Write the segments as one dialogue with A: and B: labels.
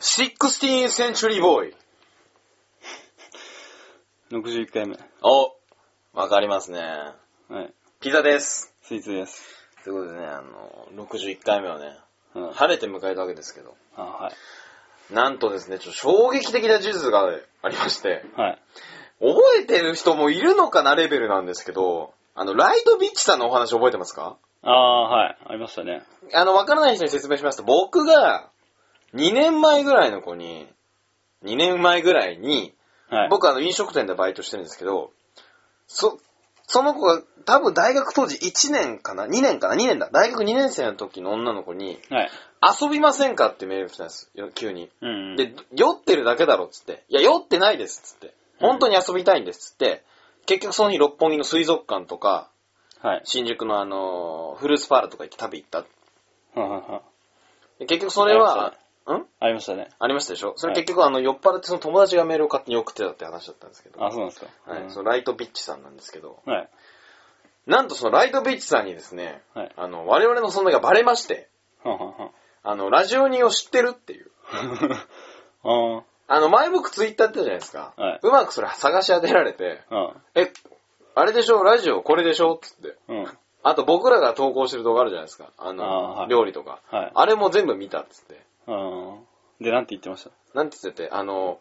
A: 16th Century Boy。
B: 61回目。
A: お、わかりますね。
B: はい。
A: ピザです。
B: スイーツです。
A: ということでね、あの、61回目をね、
B: うん。
A: 晴れて迎えたわけですけど、
B: あ、はい。
A: なんとですね、ちょっと衝撃的な事実がありまして、
B: はい。
A: 覚えてる人もいるのかなレベルなんですけど、あの、ライトビッチさんのお話覚えてますか
B: ああ、はい。ありましたね。
A: あの、わからない人に説明しますと、僕が、2年前ぐらいの子に、2年前ぐらいに、
B: はい。
A: 僕あの、飲食店でバイトしてるんですけど、そ、その子が、多分大学当時1年かな ?2 年かな ?2 年だ。大学2年生の時の女の子に、
B: はい。
A: 遊びませんかってメール来たんですよ、急に。
B: うんうん。
A: で、酔ってるだけだろっつって。いや、酔ってないですっつって。本当に遊びたいんですっつって。結局その日六本木の水族館とか、
B: はい。
A: 新宿のあのーフルーツパーラとか行って食べ行った。
B: ははは
A: で結局それは、ん
B: ありましたね。
A: ありましたでしょそれ
B: はい
A: 結局あの、酔っ払ってその友達がメールを勝手に送ってたって話だったんですけど。
B: あ、そうなんですか。
A: はい、
B: うん
A: そのライトビッチさんなんですけど、
B: はい。
A: なんとそのライトビッチさんにですね、
B: はい。
A: あの、我々の存在がバレまして、
B: はは は
A: あの、ラジオ人を知ってるっていう。
B: は。
A: あの、前僕ツイッターやってたじゃないですか。
B: はいう
A: まくそれ探し当てられて、
B: ああ。
A: え、あれでしょラジオこれでしょっつって。
B: うん。うん。
A: あと僕らが投稿してる動画あるじゃないですか。あの、
B: あーはい
A: 料理とか。
B: はい
A: あれも全部見たっつって。
B: うん。で、なんて言ってました
A: なんて言ってて、あの、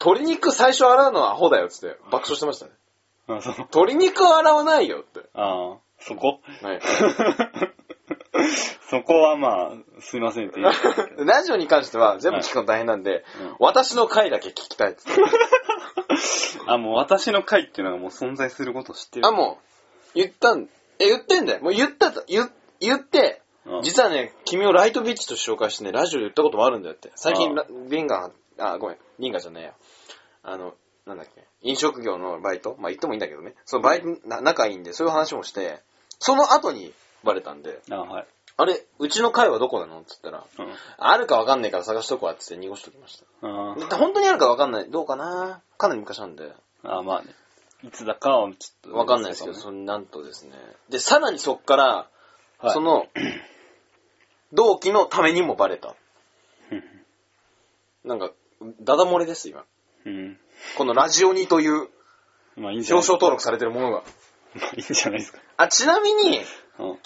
A: 鶏肉最初洗うのはアホだよっつって爆笑してましたね。
B: あ、そう。
A: 鶏肉は洗わないよっ て。
B: ああ。そこ
A: はい。
B: そこはまあ、すいませんって 言いましたけど。
A: ラジオに関しては全部聞くの大変なんで、
B: うん
A: 私の回だけ聞きたいっつって。
B: あ、もう私の会っていうのがもう存在することを知ってる。
A: あ、もう、言ったん、え、言ってんだよ。もう言ったと、言、言って、
B: うん
A: 実はね、君をライトビッチと紹介してね、ラジオで言ったこともあるんだよって。最近、
B: あ
A: ラリンガー、あ、ごめん、リンガーじゃねえや。あの、なんだっけ、飲食業のバイトまあ、言ってもいいんだけどね。そのバイト、な仲いいんで、そういう話もして、その後にバレたんで、
B: あはい。
A: あれ、うちの会はどこなのって言ったら、
B: うん。
A: あるかわかんないから探しとこうやって言って濁しときました。
B: あー
A: 本当にあるかわかんない。どうかなかなり昔なんで。
B: あー、まあね。いつだかはちょっと。
A: わかんないですけど、
B: ね
A: そのなんとですね。で、さらにそっから、
B: はい
A: その、同期のためにもバレ た。なんか、ダダ漏れです、今。
B: うん。
A: このラジオにという
B: まあいいんじ
A: 表彰
B: ゃない
A: 登録されてるものが。
B: まあいいんじゃないですか。
A: あ、ちなみに、
B: うん。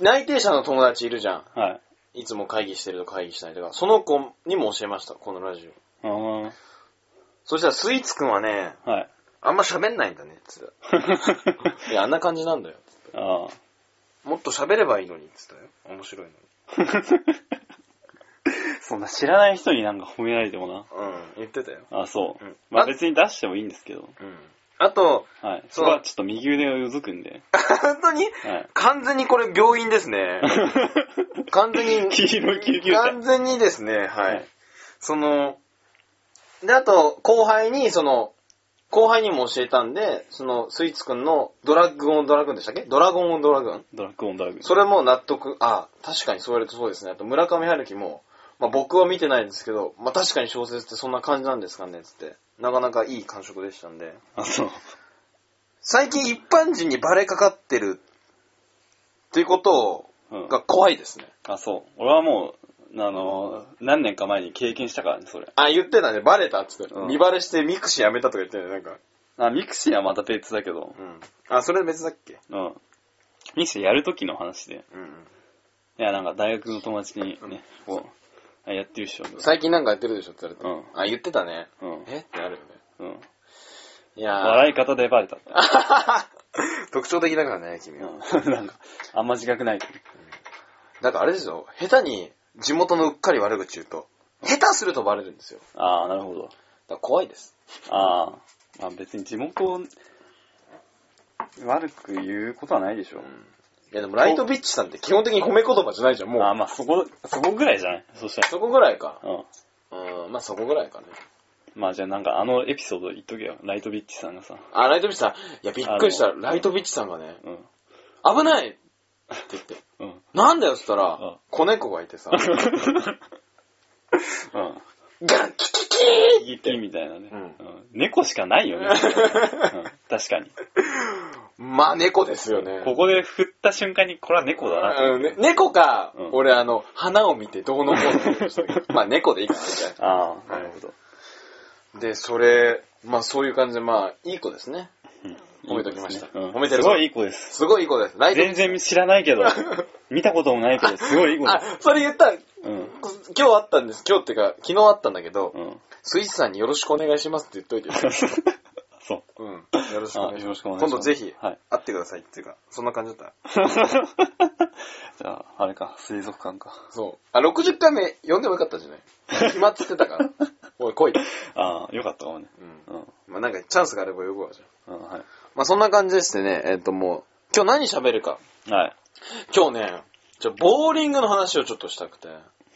A: 内定者の友達いるじゃん。
B: はい。
A: いつも会議してると会議したりとか、その子にも教えました、このラジオ。
B: ああ、
A: そしたらスイーツくんはね、
B: はい。
A: あんま喋んないんだね、つってた。いや、あんな感じなんだよ。
B: ああ。
A: もっと喋ればいいのに、つってたよ。面白いのに。
B: そんな知らない人になんか褒められてもな。
A: うん、言ってたよ。
B: あそう。
A: うん
B: まあ
A: あ
B: 別に出してもいいんですけど。
A: うん。あと、
B: はい。
A: そ
B: そうこはちょっと右腕をよずくんで。
A: 本当に
B: はい。
A: 完全にこれ病院ですね。完全に、
B: 黄色い救急車
A: 完。全にですね、 は。
B: はい
A: その、で、あと、後輩に、その、後輩にも教えたんで、その、スイーツくんのドラッグオンドラグーンでしたっけドラゴンオンドラグーン
B: ドラッグオンドラッグ。
A: それも納得、あ、確かにそうやるとそうですね。あと、村上春樹も、まあ僕は見てないんですけど、まあ確かに小説ってそんな感じなんですかね、つって。なかなかいい感触でしたんで。
B: あ、そう。
A: 最近一般人にバレかかってるっていうこと
B: うん。
A: が怖いですね。
B: あ、そう。俺はもう、あのー、何年か前に経験したからね、それ。
A: あ、言ってたね。バレたっつってた。
B: うん
A: 見バレしてミクシーやめたとか言ってたね、なんか。
B: あ、ミクシーはまた別だけど。
A: うん。あ、それ別だっけ
B: うん。ミクシーやるときの話で。
A: うん。
B: いや、なんか大学の友達にね、こう、あやってるっしょ。
A: 最近なんかやってるでしょって言われて。
B: う
A: あ、言ってたね。
B: うん。
A: えってなるよね。
B: うん。
A: いやー。
B: 笑い方でバレたって。
A: 特徴的だからね、 君は。
B: うん。なんか、あんま自覚ないけど。
A: なんかあれですよ。下手に地元のうっかり悪口言うと、下手するとバレるんですよ。だ
B: ああ、なるほど。
A: から怖いです。
B: ああ。まあ別に地元を悪く言うことはないでしょ。
A: いやでもライトビッチさんって基本的に褒め言葉じゃないじゃん、も
B: ああ、
A: う。
B: まあそこ、そこぐらいじゃないそした。
A: そこぐらいから
B: うん。
A: うん、まあそこぐらいかね。
B: まあじゃあなんかあのエピソード言っとけよ。ライトビッチさんがさ。
A: あ、ライトビッチさん。いや、びっくりした。
B: あの
A: ライトビッチさんがね、
B: うん。
A: 危ないって言って。
B: うん。
A: なんだよっつった
B: うん
A: ら、子猫がいてさ、ガン
B: うん。
A: キキキー
B: い
A: っ
B: い
A: て。
B: みたいなね。
A: うん
B: うん。猫しかないよね。うん。確かに。
A: うんまあ、猫ですよね。
B: ここで振った瞬間に、これは猫だな。
A: うんね猫か、
B: うん
A: 俺、あの、花を見てどうのこうのって言いましたけ どまあ、猫でいいかな、みたい
B: ああ、なるほど。
A: な。で、それ、まあ、そういう感じで、まあ、いい子ですね。褒めておきました
B: いい子ですねうん
A: 褒めてる
B: すごいいい子です。
A: すごいいい子です。来
B: 全
A: 年。
B: 然知らな いけど、見たこともないけど、すごいいい子で
A: あ
B: す。、
A: それ言ったら、
B: うん。
A: 今日あったんです。今日っていうか、昨日あったんだけど、
B: うん。
A: スイッチさんによろしくお願いしますって言っといてよ。
B: そ う。
A: うん。よろしくお願い
B: あ
A: し
B: よ
A: ま
B: ろ
A: す。
B: しくお願いします
A: 今度ぜひ、
B: はい
A: 会ってくださいっていうか、そんな感じだった。
B: じゃあ、あれか、水族館か。
A: そう。あ、60回目呼んでもよかったん じゃない決まってたから。おい、来い。
B: ああ、よかったかもね。
A: う。
B: うんん。
A: まあなんかチャンスがあれば呼ぶわじゃん。
B: うん、は
A: まあそんな感じでしてね、えっ、ともう、今日何喋るか。
B: い。はい。
A: 今日ね、じゃあボーリングの話をちょっとしたくて。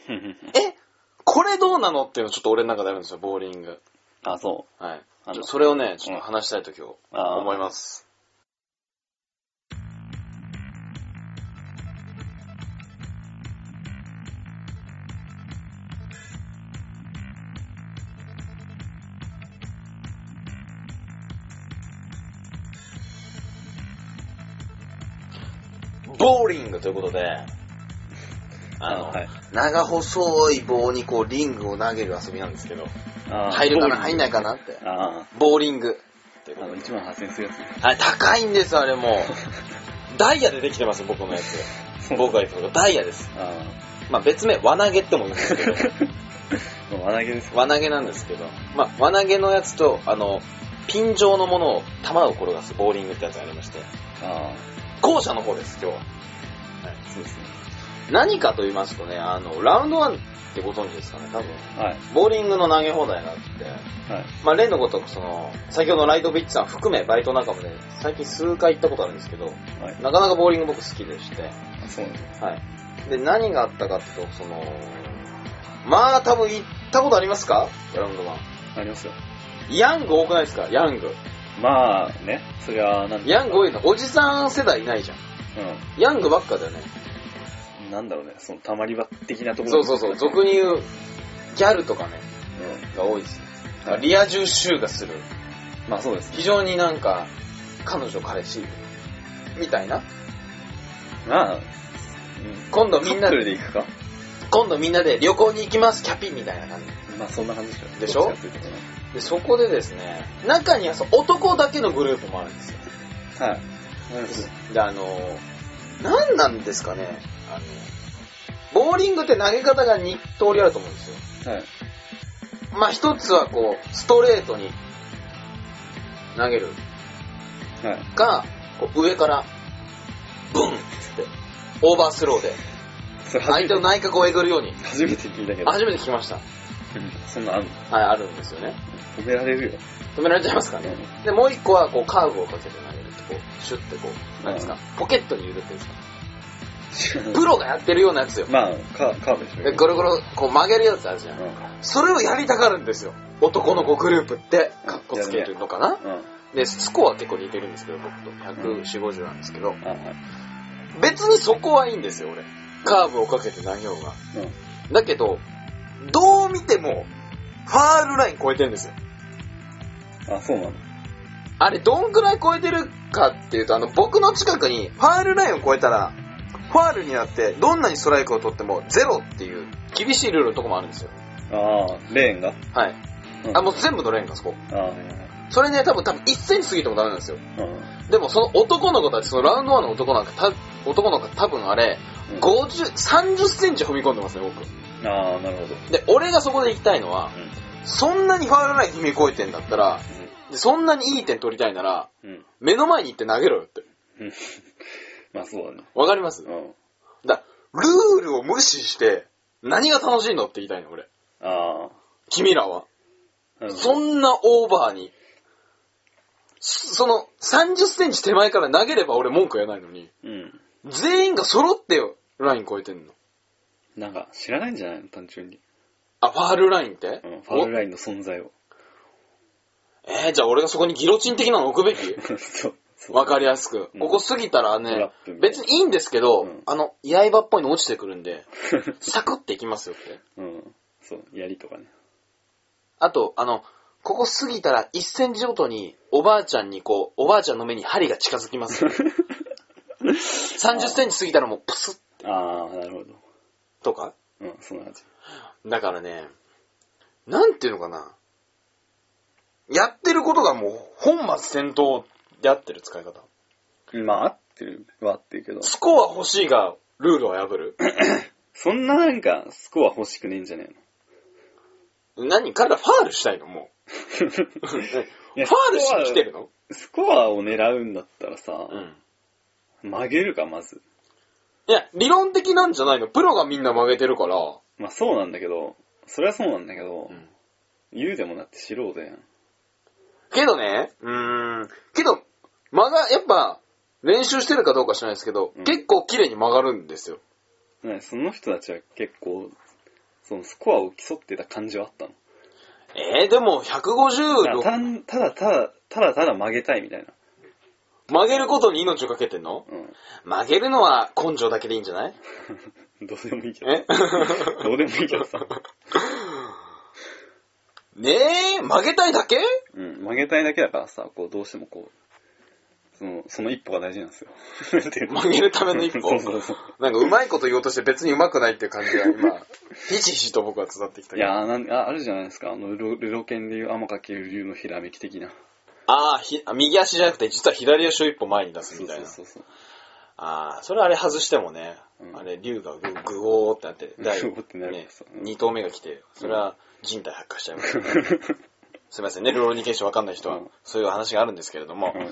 A: えこれどうなのっていうのちょっと俺の中であるんですよ、ボーリング。
B: あ、そ
A: はい。
B: あの
A: ちょそれをね、ちょっと話したいと今
B: うんあ
A: 日、
B: ー
A: 思います。ボーリングということで、あの、
B: あはい
A: 長細い棒にこうリングを投げる遊びなんですけど、
B: う。ああ
A: 入るかな入んないかなって。
B: あ
A: ボーリング。
B: あ、あの、1万8000円するやつね。
A: あれ高いんですあれもう。ダイヤでできてます、僕のや つ。僕が言ったのがダイヤです。
B: あ
A: まあ別名、輪投げっても言うんですけ ど、
B: あ、もう輪投げです。
A: 輪投げなんですけど、まあ輪投げのやつと、あの、ピン状のものを、球を転がすボーリングってやつがありまして、
B: あ
A: 後者の方です、今日は。
B: あ、そうですね。
A: 何かと言いますとね、あの、ラウンド1ってご存知ですかね、多分。
B: はい。
A: ボーリングの投げ放題があって、
B: はい。
A: まあ例のごとくその、先ほどのライドビッチさん含めバイト仲間で、最近数回行ったことあるんですけど、
B: はい。
A: なかなかボーリング僕好きでして、
B: あそうなんです。
A: はい。で、何があったかっていうと、その、まあ多分行ったことありますかラウンドワン。
B: ありますよ。
A: ヤング多くないですかヤング。
B: まあ、ね。そりゃ、なんだ
A: ヤング多いの。おじさん世代いないじゃん。ヤングばっかだよね。
B: うん。なんだろうね。その、たまり場的なとこ
A: そ
B: ろ。
A: うそうそう。俗に言う、ギャルとかね、
B: う
A: が多いです。
B: ん。はい。
A: リア充集がする。
B: まあ、そうです。
A: 非常になんか、彼女彼氏、みたいな。
B: まあ、うん
A: 今度みん
B: カ
A: な
B: ップ、ルで行くか
A: 今度みんなで旅行に行きます、キャピみたいな感じ。
B: まあ、そんな感じでしょ。
A: でしょ
B: どっちかっていうとね
A: で、そこでですね、中にはそう男だけのグループもあるんですよ。
B: はい。なるほ
A: で、あの、何なんですかね、あの、ボーリングって投げ方が2通りあると思うんですよ。
B: ど。はい。
A: まあ一つはこう、ストレートに投げる
B: はい。
A: か、こう上から、ブンっつって、オーバースローで、
B: それ
A: 相手の内角をえぐるように、
B: 初めて聞いたけど。
A: 初めて聞きました。
B: そんなのあんの
A: はい、あるんですよね。
B: 止められるよ。
A: 止められちゃいますからね。で、もう一個はこう、カーブをかけて投げると、こう、シュッてこう、なんですか、ポケットに入れてるんですか。プロがやってるようなやつよ。
B: まあ、カカーブでしょうけ
A: で、
B: ど。
A: ゴロゴロ、こう曲げるやつあるじゃん
B: う。ん。
A: それをやりたがるんですよ。男の子グループって、かっこつけるのかな
B: うん。
A: で、スコア結構似てるんですけど、僕と。140、50なんですけど。
B: あはい。
A: 別にそこはいいんですよ、俺。カーブをかけて投げようが。
B: うん。
A: だけど、どう見ても、ファールライン超えてるんですよ。
B: あ、そうなの
A: あれ、どんくらい超えてるかっていうと、あの、僕の近くに、ファールラインを超えたら、ファールになって、どんなにストライクを取っても、ゼロっていう、厳しいルールのとこもあるんですよ。
B: ああ、レーンが。
A: はい。
B: うん
A: あ、もう全部のレーンがそこ。
B: ああ、はいはい
A: それね、多分、多分1センチ過ぎてもダメなんですよ。
B: うん
A: でもその男の子たち、そのラウンドワンの男なんか、た男の子多分あれ、
B: うん
A: 50、30センチ踏み込んでますね、僕。
B: ああ、なるほど。
A: で、俺がそこで行きたいのは、
B: うん
A: そんなにファウルライン踏み越えてんだったら、でそんなにいい点取りたいなら、
B: うん。うん。
A: 目の前に行って投げろよって。
B: うん まあ、そうだね。
A: わかります
B: うん。
A: だルールを無視して、何が楽しいのって言いたいの、俺。
B: あ
A: 君らは。
B: あ。
A: そ
B: ん
A: んなオーバーに、そその、30センチ手前から投げれば俺文句言わないのに、
B: うん。
A: 全員が揃ってよ、ライン越えてんの。
B: なんか、知らないんじゃないの単純に。
A: あ、ファールラインって、
B: うん。ファールラインの存在を。
A: おえー、じゃあ俺がそこにギロチン的なの置くべき
B: そう。そう
A: わかりやすく。
B: うん
A: ここ過ぎたら
B: トラ
A: ね
B: ップみたい、な
A: 別にいいんですけど、
B: うん
A: あの、刃っぽいの落ちてくるんで、サクっていきますよって。
B: うん。そう。槍とかね。
A: あと、あの、ここ過ぎたら1センチごとにおばあちゃんにこう、おばあちゃんの目に針が近づき ます。30センチ過ぎたらもうプスッ
B: ああ、なるほど。
A: とか。
B: うん、そんな感じ。
A: だからね、なんていうのかな。やってることがもう本末転倒であってる使い方。
B: まあ、合ってるは合ってるけど、
A: スコア欲しいがルールを破 る。
B: そんななんか、スコア欲しくねえんじゃね
A: 何彼らファールしたいのも
B: えの
A: う。ファー
B: いや
A: ルしに来てるの
B: スコアを狙うんだったらさ、
A: うん。
B: 曲げるか、まず。
A: いや、理論的なんじゃないの。プロがみんな曲げてるから。
B: まあ、そうなんだけど、それはそうなんだけど、言うでもなって素人やん。
A: けどね、うーん。けど、曲が、やっぱ、練習してるかどうか知らないですけど、
B: うん
A: 結構綺麗に曲がるんですよ。
B: ね、その人たちは結構、そのスコアを競ってた感じはあったの。
A: えー、でも
B: だから
A: 156、
B: ただただ、ただただ曲げたいみたいな。
A: 曲げることに命をかけてんの
B: う
A: 曲げるのは根性だけでいいんじゃない
B: ん。どうでもいいけど。
A: え
B: どうでもいいけどさ。
A: ねえ、曲げたいだけ
B: うん。曲げたいだけだからさ、こう、どうしてもこう、その、その一歩が大事なんですよ。なんていうの
A: 曲げるための一歩
B: そうそうそう。
A: なんかうまいこと言おうとして別にうまくないっていう感じが今、 ひしひしと僕は伝わってきた
B: い
A: けど。
B: やーなんあ、あるじゃないですか。あの、ルロルロケンでいう天かける竜のひらめき的な。
A: ああ、ひあ右足じゃなくて実は左足を一歩前に出す
B: そ
A: み
B: う
A: たい
B: そ
A: な。
B: うそうそう。
A: ああ、それあれ外してもね、
B: うん
A: あれ竜がググゴーってなって、第
B: グゴーってなるから
A: ね
B: さ、
A: 2頭目が来て、それは人体発火しちゃいます。 すいませんね、ルローニケーションわかんない人は、
B: うん
A: そういう話があるんですけれども、
B: うん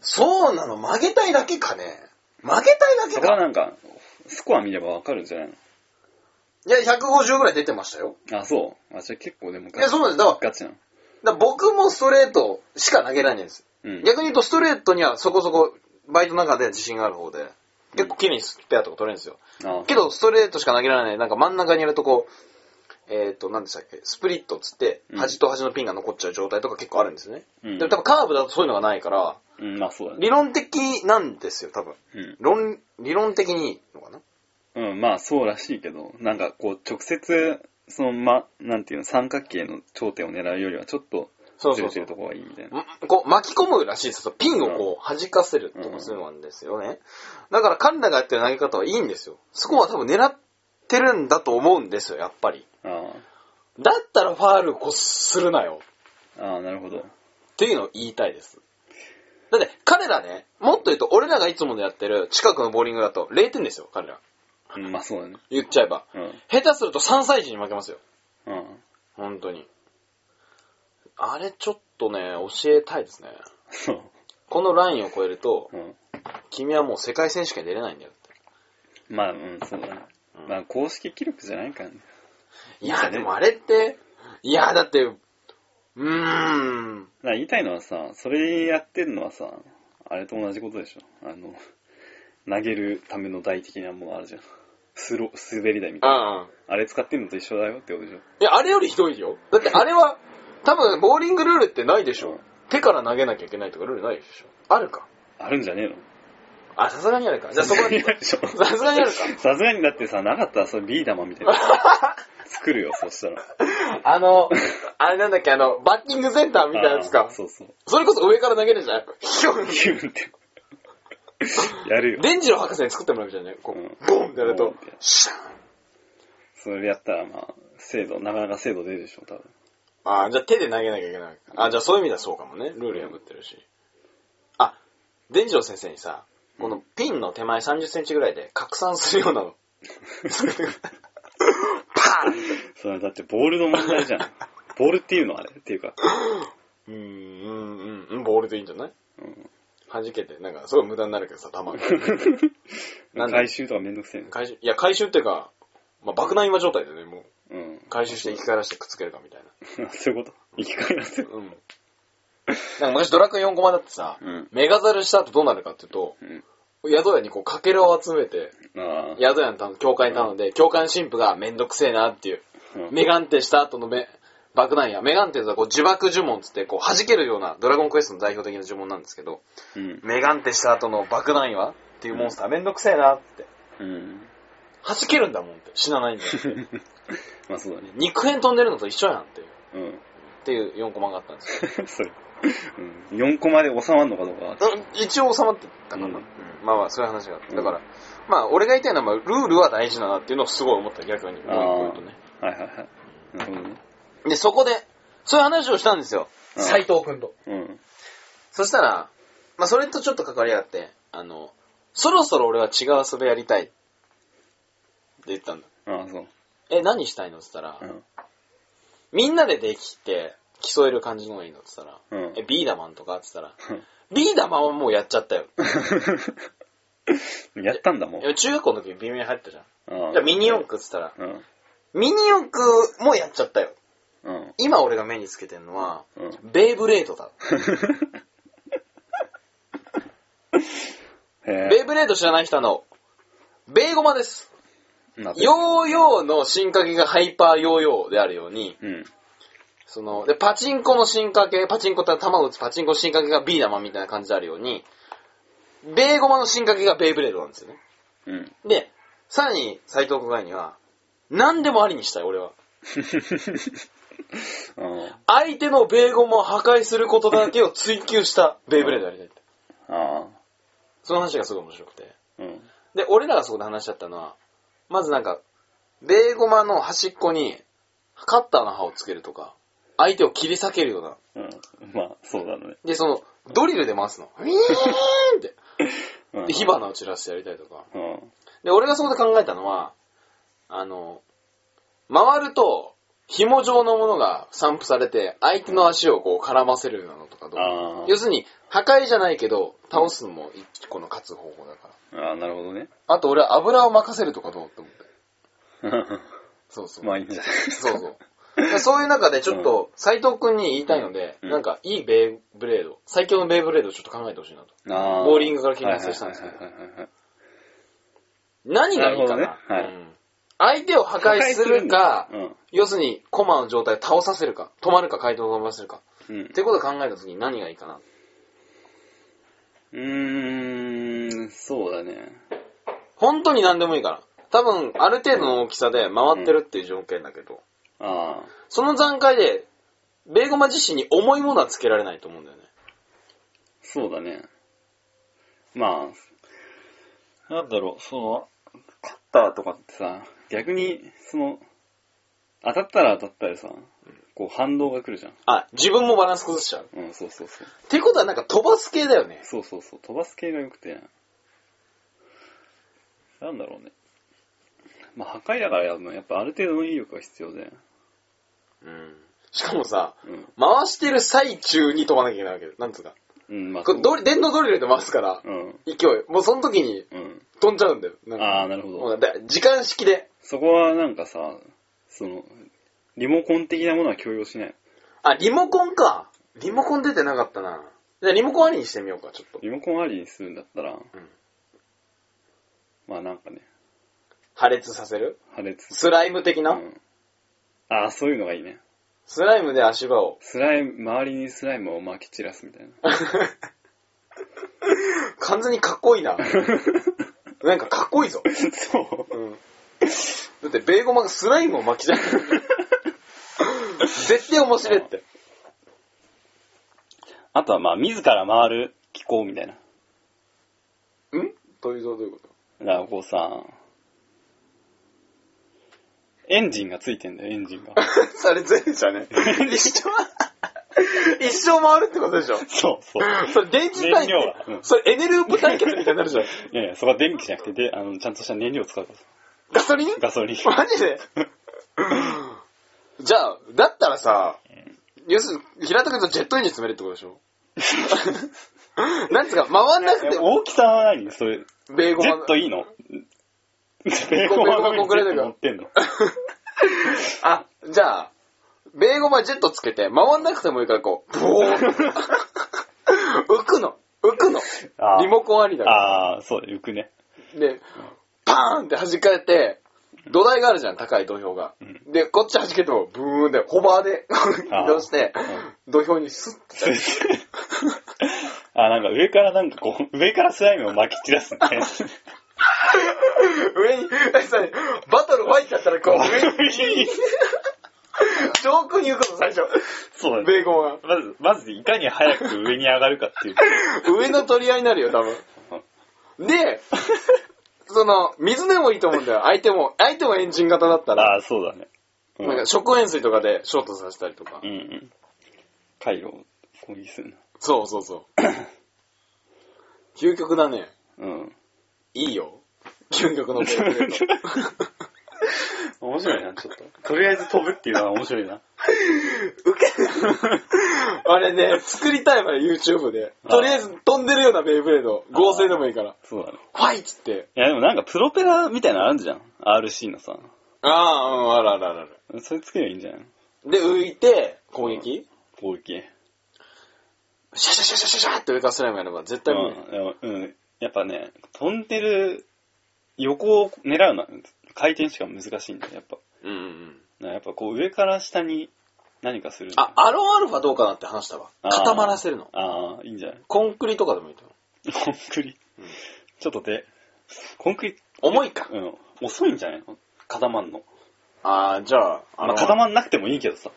A: そうなの、曲げたいだけかね。曲げたいだ
B: そ
A: け
B: こ
A: か。
B: はなんか、スコア見ればわかるんじゃない
A: いや、150ぐらい出てましたよ。
B: のあ、そう。あ、じゃあ結構でも
A: い
B: ガ
A: や、
B: チ
A: そうなんです。だから
B: ガチなの。
A: だから僕もストレートしか投げられないんです。
B: うん。
A: 逆に言うと、ストレートにはそこそこ、バイトの中で自信がある方で、結構綺麗にスペアとか取れるんですよ。
B: あ
A: けど、ストレートしか投げられない、なんか真ん中にいるとこう、えっ、と、何でしたっけ、スプリットっつって、
B: うん
A: 端と端のピンが残っちゃう状態とか結構あるんですね。
B: うん
A: でも多分カーブだとそういうのがないから、
B: うん、まあそうだね。
A: 理論的なんですよ、多分。論、理論的にいいのかな
B: うん。うん、まあそうらしいけど、なんかこう、直接、その、ま、なんていうの、三角形の頂点を狙うよりはちょっと、
A: そう
B: ず
A: そう
B: れて
A: そう
B: る。とこがいいみたいな。
A: んこう巻き込むらしいですよ。ピンをこう弾かせるとかそういうのなんですよね。だから彼らがやってる投げ方はいいんですよ。そこは多分狙ってるんだと思うんですよ、やっぱり。
B: あ
A: だったらファールこするなよ。
B: あ、ああ、なるほど。
A: っていうのを言いたいです。だって彼らね、もっと言うと俺らがいつものやってる近くのボーリングだと0点ですよ、彼ら。
B: うん、まあそうだね。
A: 言っちゃえば。
B: うん。
A: 下手すると3歳児に負けますよ。
B: うん。
A: 本当に。あれちょっとね、教えたいですね。
B: そう。
A: このラインを超えると
B: う、ん。
A: 君はもう世界選手権出れないんだよって。
B: まあ、うん、そうだね。まあ公式記録じゃないからね。
A: いや、でもあれって、いや、だって、うーん。
B: だから言いたいのはさ、それやってんのはさ、あれと同じことでしょ。あの、投げるための台的なものあるじゃん。スロ、滑り台みたいな。
A: ああ。
B: あれ使ってんのと一緒だよってことでしょ。
A: いや、あれよりひどいよ。だってあれは、多分、ボーリングルールってないでしょ。手から投げなきゃいけないとかルールないでしょ。あるか。
B: あるんじゃねえの
A: あ、さすがにあるか。じゃあそこ
B: さすが
A: は、
B: にあるでし
A: さすがにある
B: ょ。さすがにだってさ、なかったらそれビー玉み たいな。作るよ、そしたら。
A: か。あの、あれなんだっけ、あの、バッティングセンターみたいなやつ
B: あ
A: か
B: ー。そうそう。
A: それこそ上から投げるじゃない ヒュン
B: キュ ンって。やるよ。
A: デンジロ博士に作ってもらうみたいなね。こ
B: うん
A: う、ボンってやる
B: ボン
A: と
B: って、
A: シャーン。
B: それやったらまあ、精度、なかなか精度出るでしょ、多分。
A: ああ、じゃあ手で投げなきゃいけない。あじゃあそういう意味ではそうかもね。ルール破ってるし。あ、伝次郎先生にさ、このピンの手前30センチぐらいで拡散するようなの。パーン
B: それだってボールの問題じ ゃん。ボールっていうのあれっていうか。
A: うーん、うん、うん、ボールでいいんじゃない
B: うん
A: 弾けて、なんかすごい無駄になるけどさ、弾が。なんで
B: 回収とかめんどくせえな。
A: 回収、いや回収っていうか、まあ、爆弾今状態でね、もう
B: うん。
A: 回収して生き返らせてくっつけるかみたいな。
B: そういうこと生き返らせる。
A: うん。なんか昔ドラクエ4コマだってさ、
B: うん
A: メガザルした後どうなるかっていうと、
B: うん。
A: 宿屋にこう、かけらを集めて、
B: ああ。
A: 宿屋のた教会に頼んで、教会の神父がめんどくせえなっていう、
B: うん
A: メガンテした後のめ爆弾や、メガンテとはこう呪縛呪文っつって、こう弾けるようなドラゴンクエストの代表的な呪文なんですけど、
B: うん。
A: メガンテした後の爆弾岩っていうモンスターめんどくせえなって、
B: うん。
A: 弾け るんだもんって、死なないんだよ。
B: まあそうだね。
A: 肉片飛んでるのと一緒やんっていう。
B: うん。
A: っ ていう4コマがあったんですよ。
B: それ。うん。4コマで収まるのかどうか。
A: 一応収まってたかな、
B: うん
A: うんまあまあ、そういう話があって。
B: うん
A: だから、まあ、俺が言いたいのは、まあ、ルールは大事だなっていうのをすごい思った、逆に。もう一個言うとね。
B: はいはいはい。なるほどね。
A: で、そこで、そういう話をしたんですよ。
B: うん
A: 斎藤くんと。
B: うん。
A: そしたら、まあ、それとちょっと関わりがあって、あの、そろそろ俺は違う遊びやりたい。って言ったんだ。
B: ああ、そう。
A: え、何したいのって言ったら、
B: うん。
A: みんなでできて競える感じのがいいのって言ったら、
B: うん
A: え、。ビーダマンとかって言ったら、ビーダマンはもうやっちゃったよ。
B: やったんだ もん。
A: いや中学校の時微妙に入ったじゃん。
B: ああ
A: じゃあミニ四駆って言ったら、
B: うん。
A: ミニ四駆もやっちゃったよ。
B: うん。
A: 今俺が目につけてんのは、
B: うん。
A: ベイブレードだ。
B: へ
A: ベイブレード知らない人はあの、ベイゴマです。
B: え。なんか
A: ヨーヨーの進化系がハイパーヨーヨーであるように、
B: うん。
A: その、で、パチンコの進化系、パチンコって弾を打つパチンコの進化系がビーダマンみたいな感じであるように、ベイゴマの進化系がベイブレードなんですよね。
B: うん。
A: で、さらに斎藤君が言うには、何でもありにしたい、俺は。
B: あ
A: 相手のベーゴムを破壊することだけを追求したベイブレードやりたいって。
B: あ。ああ。
A: その話がすごい面白くて。
B: うん。
A: で、俺らがそこで話し合ったのは、まずなんか、ベーゴマの端っこにカッターの刃をつけるとか、相手を切り裂けるような。
B: うん。まあ、そうだね。
A: で、その、ドリルで回す の。ウィーンって。
B: うん
A: で、火花を散らしてやりたいとか。
B: うん。
A: で、俺がそこで考えたのは、あの、回ると、紐状のものが散布されて、相手の足をこう絡ませるようなのとかどう
B: あ
A: 要するに、破壊じゃないけど、倒すのも一個の勝つ方法だから。
B: あ。ああ、なるほどね。
A: あと俺は油を任せるとかどうって思って。そうそう。
B: まあいいんじゃないです
A: そ
B: か。
A: うそう。だからそういう中でちょっと、斎藤くんに言いたいので、
B: うん
A: なんかいいベイブレード、最強のベイブレードをちょっと考えてほしいなと。
B: ああ。
A: ボーリングから検索したんですけど
B: はいはいはいはいはい
A: 何がいいかな
B: なるほどねはい
A: うん相手を破壊するか、
B: うん。
A: 要するに、コマの状態を倒させるか、止まるか、回答を止まらせるか。
B: うん
A: ってことを考えたときに何がいいかな。
B: うーん、そうだね。
A: 本当に何でもいいから。多分、ある程度の大きさで回ってるっていう条件だけど、
B: ああ。
A: その段階で、ベーゴマ自身に重いものはつけられないと思うんだよね。
B: そうだね。まあ、なんだろう、その、カッターとかってさ、逆に、その、当たったら当たったでさ、こう反動が来るじゃん。
A: あ、自分もバランス崩しちゃう。っ
B: うん、そうそうそう。
A: てことはなんか飛ばす系だよね。
B: そうそうそう、飛ばす系が良くて。なんだろうね。まあ、破壊だからやるのはやっぱある程度の威力が必要で。
A: うん。しかもさ、
B: うん。
A: 回してる最中に飛ばなきゃいけないわけで。なんつうか。
B: うん、まあ、
A: これドリ電動ドリルで回すから、
B: うん。
A: 勢い。もうその時に
B: うん。
A: 飛んじゃうんだよ。なんか
B: ああ、なるほど。
A: もうだ時間式で。
B: そこはなんかさ、その、リモコン的なものは強要しない。
A: あ、リモコンか。リモコン出てなかったな。じゃあリモコンありにしてみようか、ちょっと。
B: リモコンありにするんだったら、まあなんかね、
A: 破裂させる
B: 破裂。
A: スライム的な、
B: うんああ、そういうのがいいね。
A: スライムで足場を。
B: スライム、周りにスライムをまき散らすみたいな。
A: 完全にかっこいいな。 なんかかっこいいぞ。
B: そう
A: うん。だって、ベーゴマがスライムを巻きじゃん。絶対面白いって。
B: あとはまあ、自ら回る機構みたいな。
A: んというとどういうこ
B: だからこうさ、エンジンがついてんだよ、エンジンが。
A: と それ全部じゃね。一生、一生回るってことでしょ。
B: そうそう。
A: それ電池対
B: 燃料がう
A: 決
B: ん。
A: それエネループ対決みたいになるじ ゃん。
B: いやいや、そこは電気じゃなくて、で、あの、ちゃんとした燃料を使うから。
A: ガソリン
B: ガソ リン。
A: マジ でじゃあ、だったらさ、要するに、平たく言うとジェットエンジン詰めるってことでし ょなんつうか、回んなくても、
B: 大きさは何それ、
A: ベーゴ
B: ジ
A: マ
B: ェ
A: の
B: ットいいのベー
A: ゴ
B: コ
A: マ
B: マ
A: の上にジェ
B: の上
A: ット
B: に
A: 乗
B: 乗ってんの
A: あ、じゃあ、ベーゴマジェットつけて、回んなくてもいいからこう、ブオ ーン浮くの。浮くの
B: あ。ー
A: リモコンありだか
B: ああ、そうだ、浮くね。
A: ら。で、パーンって弾かれて、土台があるじゃん、高い土俵が。
B: う
A: で、こっち弾けても、ブーンで、ホバーで
B: あー
A: 移動して、土俵にスッて。
B: あ、なんか上からなんかこう、上からスライムを撒き散らすみたいな。
A: 上に、えそれバトルファイトやったらこう、上に、上空に浮くの最初。
B: そうだね。
A: ベーコンが。
B: まず、まずいかに早く上に上がるかっていう。
A: 上の取り合いになるよ、多分。で、その、水でもいいと思うんだよ。相手も、相手もエンジン型だったら、
B: ああ、そうだね。うん。
A: なんか食塩水とかでショートさせたりとか
B: う。んうん。回路を攻撃する
A: そうそうそう。究極だね。
B: な。うん。
A: いいよ。究極のベーグルト
B: 面白いな、ちょっと。とりあえず飛ぶっていうのは面白いな。
A: 受けあれね、作りたいわよ、YouTube で。とりあえず飛んでるようなベイブレード。合成でもいいから。
B: そうだね。
A: ファイっつって。
B: いや、でもなんかプロペラみたいなのあるじゃん。RC のさ。
A: ああ、うん、あらあらあらあら。
B: それ作ればいいんじゃない
A: で、浮いて、攻撃、
B: 攻撃。
A: シャシャシャシャシャシャって上からスライムやれば絶対無理。
B: うんでもうん。やっぱね、飛んでる横を狙うのは回転しか難しいんだよ、やっぱ。
A: うんうんうん。
B: なやっぱこう上から下に何かする。
A: あ、アロンアルファどうかなって話したわ。
B: あー
A: 固まらせるの。
B: ああ、いいんじゃない
A: コンクリとかでもいいと思
B: コンクリ。
A: うん
B: ちょっとで、コンクリ、
A: う。重いか。
B: うん、遅いんじゃないの固まんの。
A: ああ、じゃあ、あ
B: まあ、
A: の、
B: 固まんなくてもいいけどさ。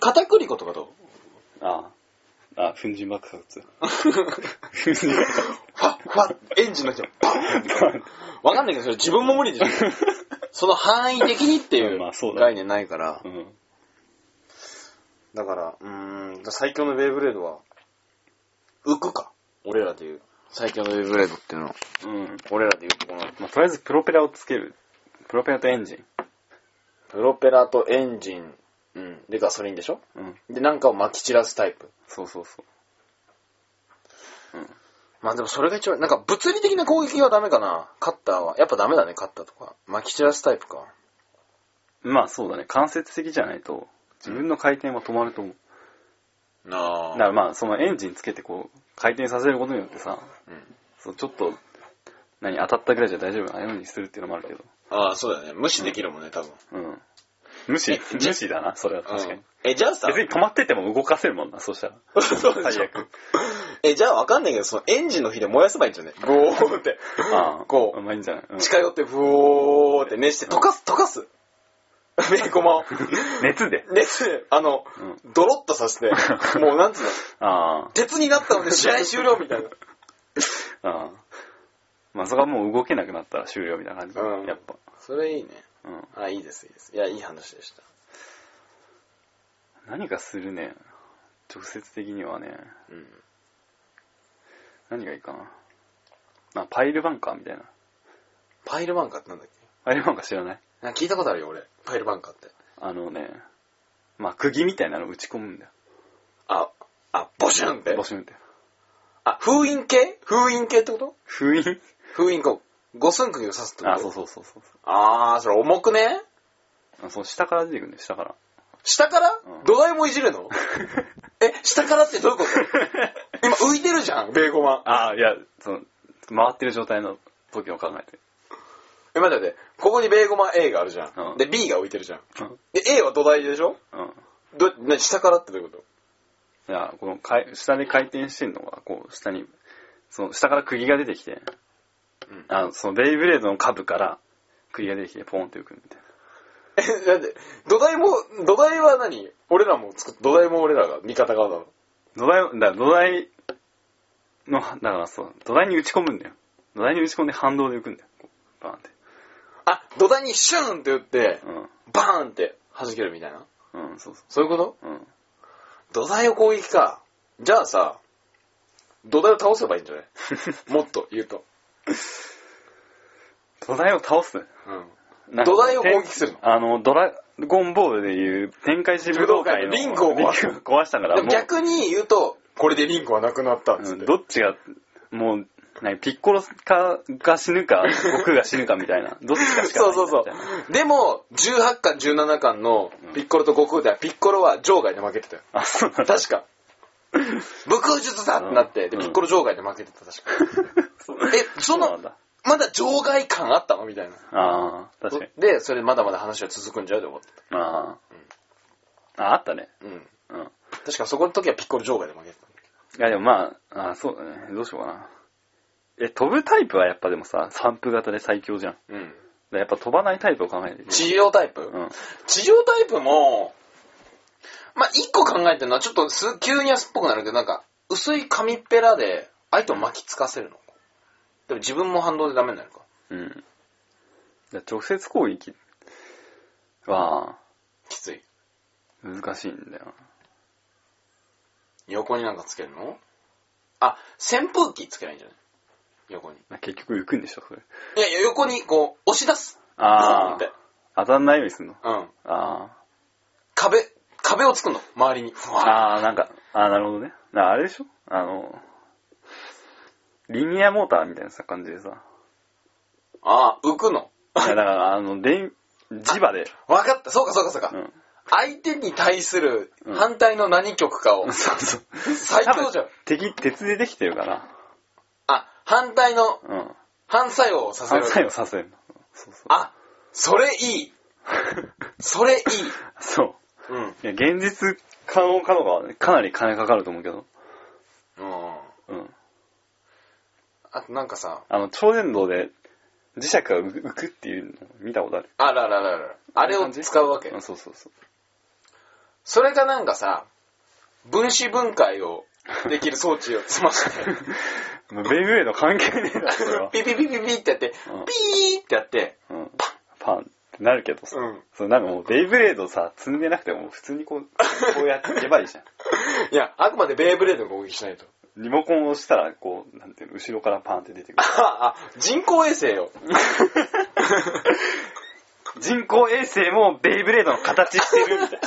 A: 片栗粉と かどう
B: ああ。ああ、粉塵爆発。粉塵爆発。
A: ファッファッ、エンジンの人、パンわかんないけど、それ自分も無理でしょ。その範囲的にってい
B: まあそう
A: う
B: だね
A: 概念ないから
B: う。ん。
A: だから、うーん、最強のベイブレードは、浮くか。俺らで言う。最強のベイブレードっていうのは、
B: うん。
A: 俺らで言うとこの、
B: まあ、とりあえずプロペラをつける。プロペラとエンジン。
A: プロペラとエンジン、うん、でガソリンでしょ
B: うん。
A: で、なんかを撒き散らすタイプ。
B: そうそうそう。
A: まあでもそれが一番、なんか物理的な攻撃はダメかな。カッターは。やっぱダメだね、カッターとか。撒き散らすタイプか。
B: まあそうだね。間接的じゃないと、自分の回転は止まると思う。
A: あ
B: だからまあ、そのエンジンつけてこう、回転させることによってさ、
A: うん
B: そうちょっと、何、当たったぐらいじゃ大丈夫なようにするっていうのもあるけど。
A: ああ、そうだね。無視できるもんね、多分。
B: うん。無視、無視だな、それは確かに。
A: え、じゃあさ、
B: 別に止まってても動かせるもんな、そしたら。
A: そうでしょ
B: 最悪。
A: え、じゃあわかんないけど、そのエンジンの火で燃やせばいいんじゃねブオーって。
B: ああ、
A: こう
B: まあいいんじゃない、うん
A: 近寄って、ブオーって熱して、溶かす、溶かす。ベーコマを。
B: 熱で。
A: 熱、あの、
B: う
A: ドロッとさせ て、もうなんつうの、
B: あ
A: 鉄になったので試合終了みたいな。
B: あ、ああ。まあそこはもう動けなくなったら終了みたいな感じ。
A: うん
B: やっぱ。
A: それいいね。
B: うん。
A: あ、いいです、いいです。いや、いい話でした。
B: 何かするね。直接的にはね。
A: うん。
B: 何がいいかな。まあ、パイルバンカーみたいな。
A: パイルバンカーってなんだっけ
B: パイルバンカー知らない
A: なんか聞いたことあるよ、俺。パイルバンカーって。
B: あのね、まあ、釘みたいなの打ち込むんだよ。
A: あ、あ、ボシュンって
B: ボ。シュンって。
A: あ、封印系封印系ってこと
B: 封印
A: 封印こう、五寸釘を刺すってこと
B: あ、そうそうそうそう
A: あー、それ重くね
B: そう。あそう、下から出てくるんだよ、下から。
A: 下から、
B: うん
A: 土台もいじ るのえ、下からってどういうこと今浮いてるじゃん、ベーゴマ。
B: ああ、いや、その、回ってる状態の時を考えて。
A: え、待って待って。ここにベーゴマ A があるじゃん。
B: うん
A: で、B が浮いてるじゃん。
B: うん。
A: で、A は土台でしょ
B: うん。
A: ど、な下からってどういうこと
B: いや、この回、下で回転してんのが、こう、下に、その、下から釘が出てきて、
A: うん
B: あの、その、ベイブレードの下部から、釘が出てきて、ポーンって浮くみたいな。
A: え、だって、土台も、土台は何俺らも作っ、土台も俺らが味方側なの。
B: 土台を、だから土台の、だからそう、土台に打ち込むんだよ。土台に打ち込んで反動で浮くんだよ。こうバーンって。
A: あ、土台にシューンって打って、
B: う
A: バーンって弾けるみたいな。
B: ん。うん、そうそ
A: そういうこと
B: う。うん。
A: 土台を攻撃か。じゃあさ、土台を倒せばいいんじゃないもっと言うと。
B: 土台を倒す。
A: うん。
B: なんか
A: 土台を攻撃するの
B: あの、ドラゴンボールでいう、展開し武道会の
A: リングを壊す
B: リングを壊したから、
A: で
B: も
A: も
B: う
A: 逆に言うと、これでリンゴはなくなったっつ
B: う
A: っ
B: ん
A: て。
B: どっちが、もう、何、ピッコロかが死ぬか、悟空が死ぬかみたい な。どっちかし
A: そ
B: かな
A: う
B: い
A: そうそ
B: みたいな
A: う。でも、18巻、17巻の
B: うん
A: ピッコロと悟空では、ピッコロは場外で負けてたよ。
B: あ、そうなんだ。
A: 確か。武空術だってなって、で、
B: うん
A: ピッコロ場外で負けてた、確か。え、そ
B: そうな
A: の
B: ん、だ。
A: まだ場外感あったのみたいな。
B: ああ、確かに。
A: で、それまだまだ話は続くんじゃうで思ってた。
B: ああ。あ、あったね。
A: うん。
B: うん。
A: 確かそこの時はピッコロ場外で負けてた。
B: いやでもまあ、あそうだね。どうしようかな。え、飛ぶタイプはやっぱでもさ、散布型で最強じゃん。だか
A: うん。
B: らやっぱ飛ばないタイプを考えて。
A: 地上タイプ、
B: うん。
A: 地上タイプも、まあ、一個考えてるのは、ちょっとす、急に安っぽくなるけど、なんか、薄い紙っぺらで、相手を巻きつかせるの。でも自分も反動でダメになるか。
B: うん。じゃあ直接攻撃は、
A: きつい。
B: 難しいんだよ
A: 横になんかつけるのあ、扇風機つけないいんじゃない横に。
B: な。結局浮くんでしょ、それ。
A: いやいや、横にこう、押し出す。っ
B: あー
A: て。
B: 当たんないようにすんの。
A: うん。
B: あ
A: 壁、壁を作るの。周りに。ふ
B: あ。
A: わー
B: ああ、なんか、ああ、なるほどね。なあれでしょあの、リニアモーターみたいなさ感じでさ。
A: ああ、浮くの。
B: いや、だから、あの、電、磁場で。
A: わかった。そうかそうかそうか。
B: うん。
A: 相手に対する
B: うん
A: 反対の何曲かを。
B: そうそう。
A: 最強じゃん。
B: 敵、鉄でできてるから。
A: あ、反対の
B: うん。
A: 反作用をさせ
B: 反
A: る。
B: 作用させるの。そうそう。
A: あ、それいい。それいい。
B: そう。
A: うん。
B: いや、現実可能かどうかはね、かなり金かかると思うけど。
A: うん。
B: うん。
A: あとなんかさ、
B: あの、超電導で磁石が浮く浮くっていうの見たことある。
A: あらららら。あれを使うわけ
B: う。んそうそうそう。
A: それがなんかさ、分子分解をできる装置をつまして、
B: もうベイブレード関係ねえ な、それは。
A: ピピピピピってやって、
B: うん
A: ピーってやって、
B: うん。パンってなるけどさ。
A: うん。
B: そう、なんかもうベイブレードさ、積んでなくても普通にこう、こうやっていけばいいじゃん。
A: いや、あくまでベイブレードの攻撃しないと。
B: リモコンを押したら、こう、なんていうの、後ろからパンって出てく
A: あ、あ人工衛星よ。
B: る。人工衛星もベイブレードの形してるみたい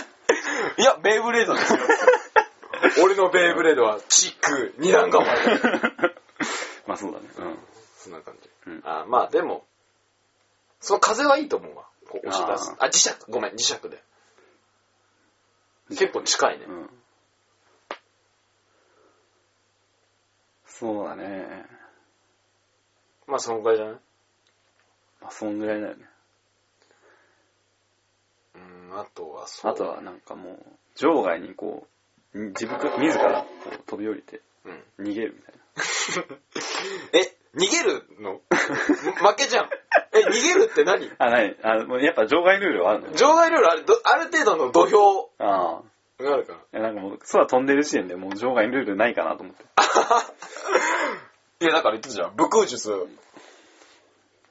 A: いや、ベイブレード ですよ。俺のベイブレードはチック二段構え。
B: な。 まあそうだね。うん。
A: そんな感じ。
B: うん
A: あまあでも、その風はいいと思うわ。こう押し出す。
B: あ
A: あ磁石。ごめん、磁石で。結構近いね。
B: うんそうだね。
A: まあそのぐらいじゃない
B: まあ、そんぐらいだよね。
A: うん、あとはそう。
B: あとはなんかもう、場外にこう、に自分から、自らこう飛び降りて
A: うん。
B: 逃げるみたい
A: え、逃げるの負けじゃん。え、逃げるって何
B: な。あ、ない。あ、もうやっぱ場外ルールはあるのよ。
A: 場外ルールある、どある程度の土俵
B: ああ。
A: があるから。
B: いやなんかもう、空飛んでる時点でもう場外ルールないかなと思って。
A: いや、だから言ってたじゃん。武空術。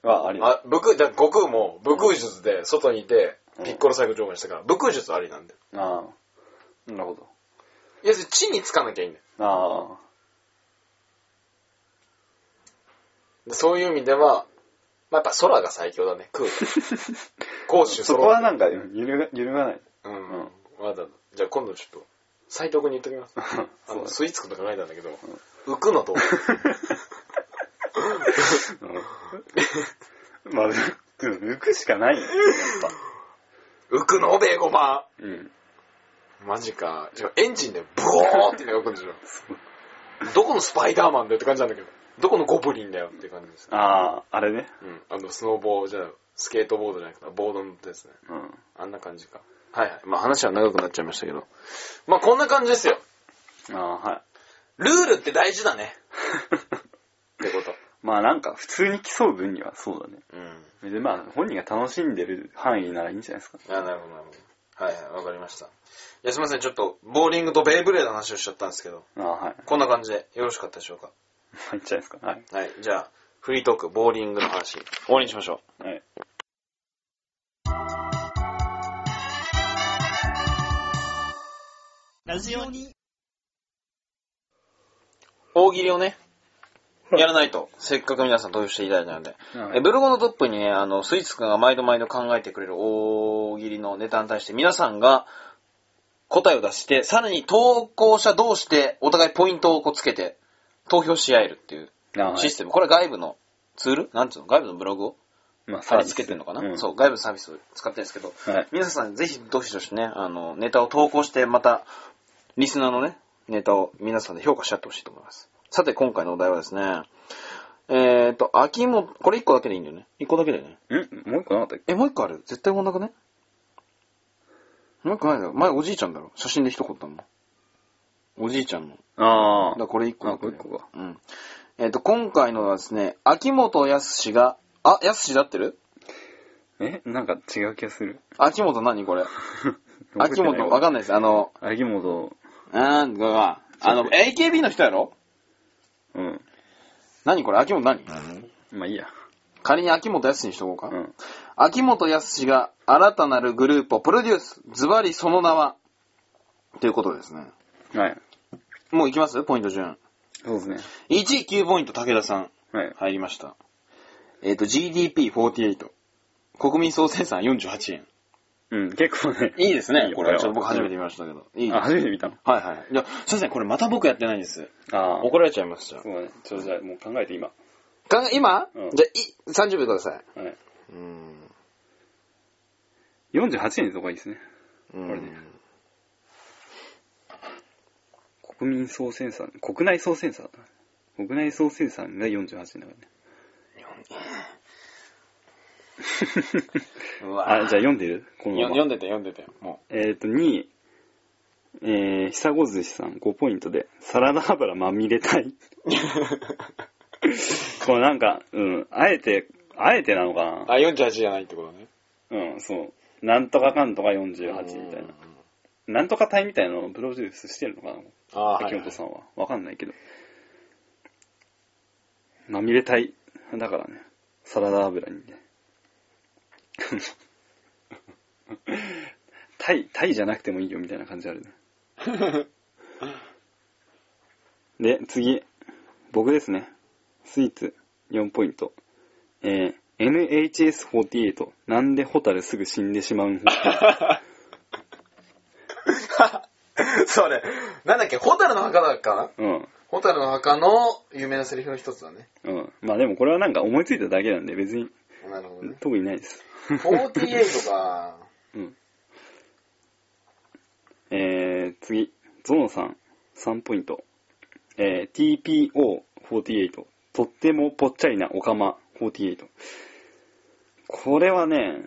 B: は、ありだ。
A: あ、武空、だから悟空も武空術で外にいて
B: う、ん
A: ピッコロ最後上下したから、武空術ありなんだよ。
B: ああ。なるほど。
A: いや、それ地につかなきゃいいんだよ。
B: あ
A: でそういう意味では、まあ、やっぱ空が最強だね。空。攻
B: あ。
A: 守
B: そ
A: 揃
B: こは
A: う。
B: なんか揺るが、揺るがない。
A: うん。
B: うん
A: まだ、じゃあ今度ちょっと、斎藤君に言っときます。あ
B: そう
A: の、スイーツくんと考えたんだけど、浮く のと、
B: だね。 うん。まあ、抜くしかないよ。やっぱ。
A: 浮くのベーゴマ
B: うん。
A: マジか。じゃあエンジンでブオーってのが浮くんでしょ。どこのスパイダーマンだよって感じなんだけど、どこのゴブリンだよって感じです。
B: ああ、あれね。
A: うん。あの、スノーボーじゃあスケートボードじゃなくて、ボードのですね。
B: うん。
A: あんな感じか。はいはい。まあ話は長くなっちゃいましたけど。まあこんな感じですよ。
B: ああ、はい。
A: ルールって大事だね。ってこと。
B: まあなんか、普通に競う分にはそうだね。
A: うん。
B: で、まあ、本人が楽しんでる範囲ならいいんじゃないですか。
A: あ、なるほど、なるほど。はいはい、わかりました。いや、すみません、ちょっと、ボーリングとベイブレードの話をしちゃったんですけど、
B: ああ、はい。
A: こんな感じでよろしかったでしょうか。
B: まあ、いいんじゃないですか。はい。
A: はい、じゃあ、フリートーク、ボーリングの話、終わりにしましょう。
B: はい。
C: ラジオに
A: 大喜利をね、やらないと、せっかく皆さん投票していただいたので、えブログのトップにね、あの、スイーツくんが毎度毎度考えてくれる大喜利のネタに対して皆さんが答えを出して、さらに投稿者同士でお互いポイントをこうつけて投票し合えるっていう
B: ああはい
A: システム。これは外部のツールなんつうの外部のブログを
B: まあ、
A: さらにつけてるのかな、
B: うん
A: そう、外部サービスを使ってるんですけど、
B: はい。
A: 皆さんぜひどしどしね、あの、ネタを投稿して、また、リスナーのね、ネタを皆さんで評価し合ってほしいと思います。さて、今回のお題はですね、えっ、ー、と、秋も、これ1個だけでいいんだよね。1個だけだよね。
B: んもう一個なかったっけ
A: え、もう1個ある絶対こんなくねもう1個ないだろ。前おじいちゃんだろ。写真で一言だもん。おじいちゃんの。
B: あ
A: だからこれ1個だけだよ
B: あこれ一個か
A: うん。えっ、と、今回のはですね、秋元康が、あ、康だってる
B: えなんか違う気がする。
A: 秋元何これ秋元、わかんないです。あの、
B: 秋元、
A: あーが、あの、AKB の人やろ
B: うん。
A: 何これ秋元何
B: まあいいや。
A: 仮に秋元康にしとこうか。
B: うん。
A: 秋元康が新たなるグループをプロデュース。ズバリその名は。ということですね。
B: はい。
A: もういきますポイント順。
B: そうですね。
A: 1、9ポイント、武田さん。
B: はい。
A: 入りました。えっ、と、GDP48。国民総生産48円。
B: うん、結構ね。
A: いいです
B: いい
A: ね、
B: よ
A: これ。
B: こ
A: ち
B: れ
A: ょ
B: は
A: っと僕初めて見ましたけど。いい。
B: あ、
A: はい
B: 初めて見たの。
A: はい。いや、すいません、これまた僕やってないんです。
B: ああ。
A: 怒られちゃいますじゃん
B: そうだね。ちょっとじゃあもう考えて今。
A: か今、
B: うん
A: じゃあ、い、30秒ください。
B: はい。
A: うん。
B: 48円とかいいですね。これね国民総生産、国内総生産。国内総生産が48円だからね。
A: う
B: あ、
A: わ
B: じゃあ読んでるこの
A: よ
B: まま
A: 読んでて、読んでて。も
B: えっ、と、2位、えー、久子寿司さん5ポイントで、サラダ油まみれたい。こうなんか、うん、あえて、あえてなのか
A: う。
B: な
A: あ、48じゃないってことね。
B: うん、そう。なんとかかんとか48みたいな。なんとか隊みたいなのをプロデュースしてるのかな
A: ああ、はい
B: 秋
A: はい
B: 元さんは。わかんないけど。まみれたい。だからね。サラダ油にね。 タイ、タイじゃなくてもいいよみたいな感じあるね。で、次。僕ですね。スイーツ4ポイント。えー、NHS48。なんでホタルすぐ死んでしまうん
A: それ、なんだっけ、ホタルの墓だっけかな
B: うん。
A: ホタルの墓の有名なセリフの一つだね。
B: うん。まあでもこれはなんか思いついただけなんで別に
A: なるほどね。
B: 特にないです。
A: 48か。
B: うん。えー、次。ゾノさん、3ポイント。えー、TPO48。とってもぽっちゃりなオカマ48。これはね、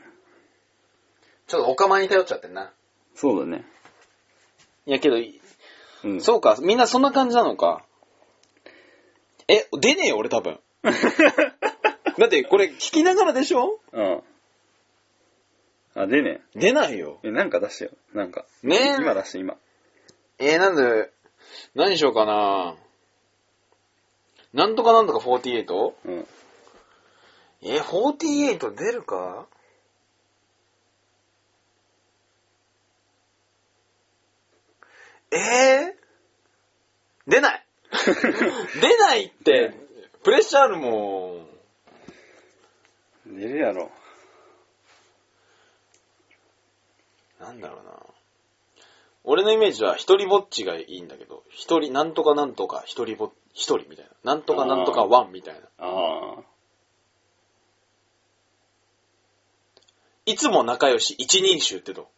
A: ちょっとお釜に頼っちゃってんな。
B: そうだね。
A: いやけど、
B: うん。
A: そうか、みんなそんな感じなのか。え、出ねえよ、俺多 分。だって、これ聞きながらでしょ
B: うん。あ、でね、
A: 出ないよ。
B: え、なんか出してよ。なんか。
A: ねえ
B: 今出して、今。
A: えー、なんで、何しようかななんとかなんとか 48?
B: うん。
A: えー、48出るかえー、出 ない出ないって、プレッシャーあるもん。
B: 出るやろ。
A: なんだろうな。俺のイメージは一人ぼっちがいいんだけど、一人、なんとかなんとか、一人ぼっ、一人みたいな。なんとかなんとかワンみたいな。
B: ああ。
A: いつも仲良し一人衆ってど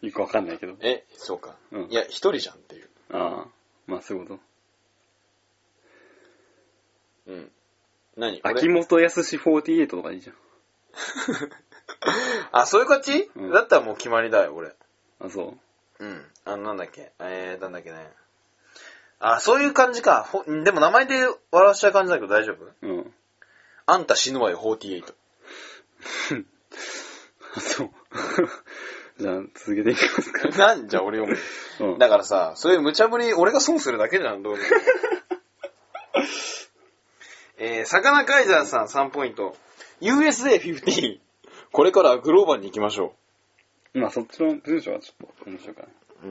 A: う
B: よくわかんないけど。
A: え、そうか。
B: うん
A: いや、一人じゃんっていう。
B: ああ。まあ、そういうこと。
A: うん。何俺
B: 秋元康48とかいいじゃん。
A: あ、そういう感じ、
B: うん
A: だったらもう決まりだよ、俺。
B: あ、そう。
A: うん。あの、なんだっけ。えー、なんだっけね。あ、そういう感じか。ほでも名前で笑わしちゃう感じだけど大丈夫
B: うん。
A: あんた死ぬわよ、48。
B: あ、 そう。じゃあ、続けていきますか。
A: なんじゃ、俺読
B: うん
A: む。だからさ、そういう無茶ぶり、俺が損するだけじゃ ん、どうぞ。えー、サカナカイザーさん3ポイント。USA50。これからグローバルに行きましょ
B: まあ、そっちの文章はちょっと面白いか
A: う。う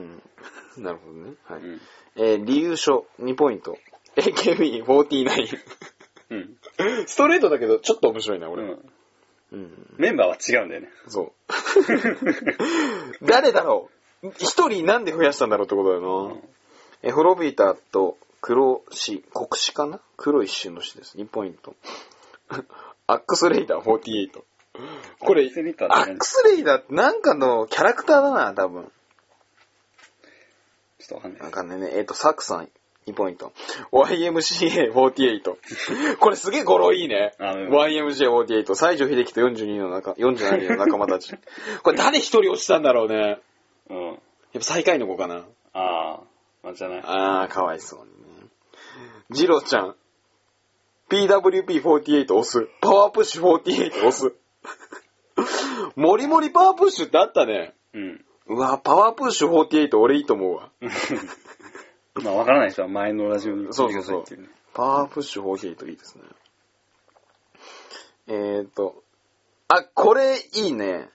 A: ん。なるほどね。は
B: な。
A: い。
B: うん。
A: えー、理由書2ポイント。AKB49。
B: うん。
A: ストレートだけど、ちょっと面白いな、
B: う
A: 俺。
B: ん
A: うん。
B: メンバーは違うんだよね。
A: そう。 誰だろう一人なんで増やしたんだろうってことだよな。え、ホロビーターと黒石、黒石かな黒一種の石です。2ポイント。 アックスレイダー48。こ
B: ア
A: れ
B: ックスレイダ、ー
A: ア
B: って何
A: ックスレイダーってなんかのキャラクターだな、多分。
B: ちょっとわかんな
A: ないん。かね、えっ、と、サクさん2ポイント。YMCA48。これすげえ語呂いいね。
B: あうん
A: YMCA48。西城秀樹と42の仲、47人の仲間たち。これ誰一人落ちたんだろうね。
B: うん。
A: やっぱ最下位の子かな。
B: ああ。まあ、じゃない。
A: あー、かわいそうにね。ジロちゃん。PWP48 押す。パワープッシュ48押す。もりもりパワープッシュってあったね。
B: うん。
A: うわ、パワープッシュ48俺いいと思うわ。
B: まあ、わからない人は前のラジオに
A: そうそうそう
B: 聞いてくださいっていね
A: パワープッシュ48いいですね。えーと、あ、これいいね。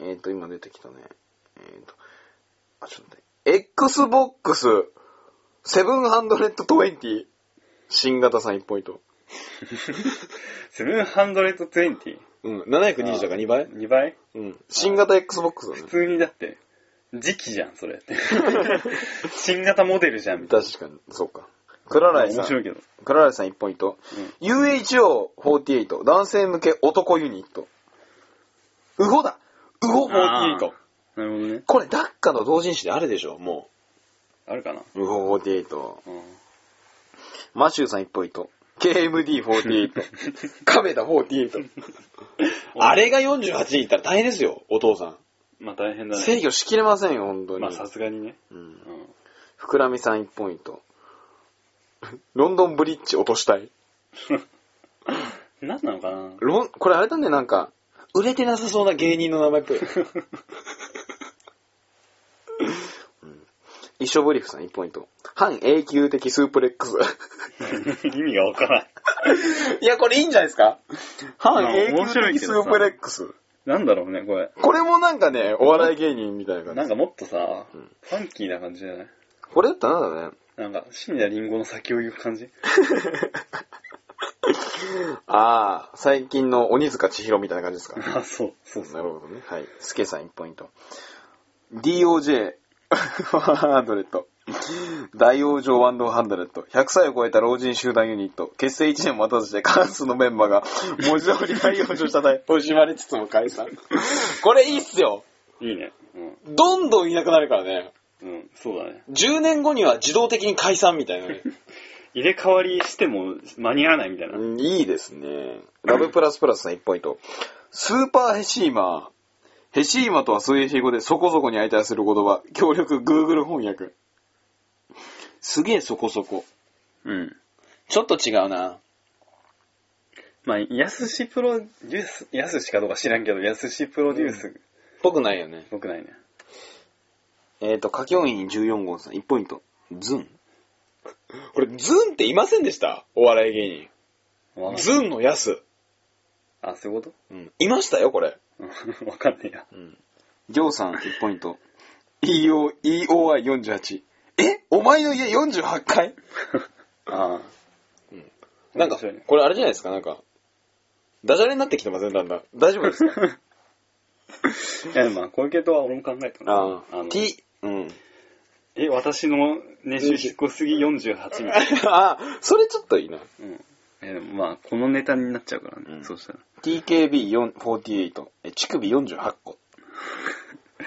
A: えーと、今出てきたね。えーと、あ、ちょっと待って。Xbox 720新型さん1ポイント。
B: セブンハンドレッドツエンティ
A: うん、720だから2倍
B: 2倍
A: うん。新型 Xbox だね
B: 普。通にだって、時期じゃん、それ って。新型モデルじゃん、みたい
A: 確かに、そうか。倉
B: な。
A: 来さ
B: 面白い
A: ん、
B: けど。
A: 倉来さん1ポイント。UHO48、男性向け男ユニット。ウホだウホ48
B: あー。なるほどね。
A: これ、ダッカの同人誌であるでしょ、も
B: あるかな。
A: う。ウホ48。
B: うん
A: マシューさん1ポイント。KMD48。カ メダ48。あれが48人いったら大変ですよ、お父さ
B: まあ大変
A: ん。
B: だね。
A: 制御しきれませんよ、本当に
B: まあ。さすがにね。
A: うん
B: うん。
A: ふくらみさん1ポイント。ロンドンブリッジ落としたい。
B: 何なのかな
A: ロン、これあれだね、なんか、売れてなさそうな芸人の名前っぽい。一生ブリフさん1ポイント。半永久的スープレックス。
B: 意味がわからない。
A: いや、これいいんじゃないですか半永
B: 面白
A: 久的
B: いけ
A: ス
B: どさ
A: ープレックス。
B: なんだろうね、これ。
A: これもなんかね、お笑い芸人みたいな
B: な
A: 感
B: ん
A: じ。
B: かもっとさ、
A: ん
B: ファンキーな感じじゃない
A: これだったらなんだろ
B: なんか、深夜リンゴの先を行く感じ
A: うね。ああ、最近の鬼塚千尋みたいな感じですか。
B: あ、 そう、そうそ
A: な
B: う。
A: るほどね。はい。スケさん1ポイント。DOJ、100、大往生100、100歳を超えた老人集団ユニット、結成1年も待たずして関数のメンバーが文字通り大往生したため、惜しまれつつも解散。これいいっすよ。
B: いいね。
A: どんどんいなくなるからね。
B: うん。うん、そうだね。
A: 10年後には自動的に解散みたいなね。
B: 入れ替わりしても間に合わないみたいな。
A: うんいいですね。ラブプラスプラスさん1ポイント。スーパーヘシーマー。ヘシーマとは数英語でそこそこに相対する言葉。協力 Google 翻訳。すげえそこそこ。
B: うん。
A: ちょっと違うな。
B: まあ、やすしプロデュース、やすしかどうか知らんけど、やすしプロデュース、
A: ぽくないよね。
B: 良くないね。
A: えっ、ー、と、歌教員14号さん1ポイント。ズン。これ、ズンっていませんでしたお笑い芸
B: わかん
A: 人。
B: ない
A: ズンのやす。
B: あ、そういうこと
A: うん。いましたよ、これ。
B: うん わかんねえや。
A: ジョーさん1ポイント。EO、EOI48。えお前の家48階
B: あ
A: なんか、
B: 面白いね
A: これあれじゃないですか、なんか、ダジャレになってきてません、だんだん。大丈夫 ですか
B: あ。いや、まあ、小池とは俺も考えたの。の
A: T、うん。
B: え、私の年収引っ越すぎ48みたいな。
A: あ、それちょっといいな。
B: うん。え、でもまあ、このネタになっちゃうからね。
A: うん
B: そうしたら。
A: TKB48、え乳首48個。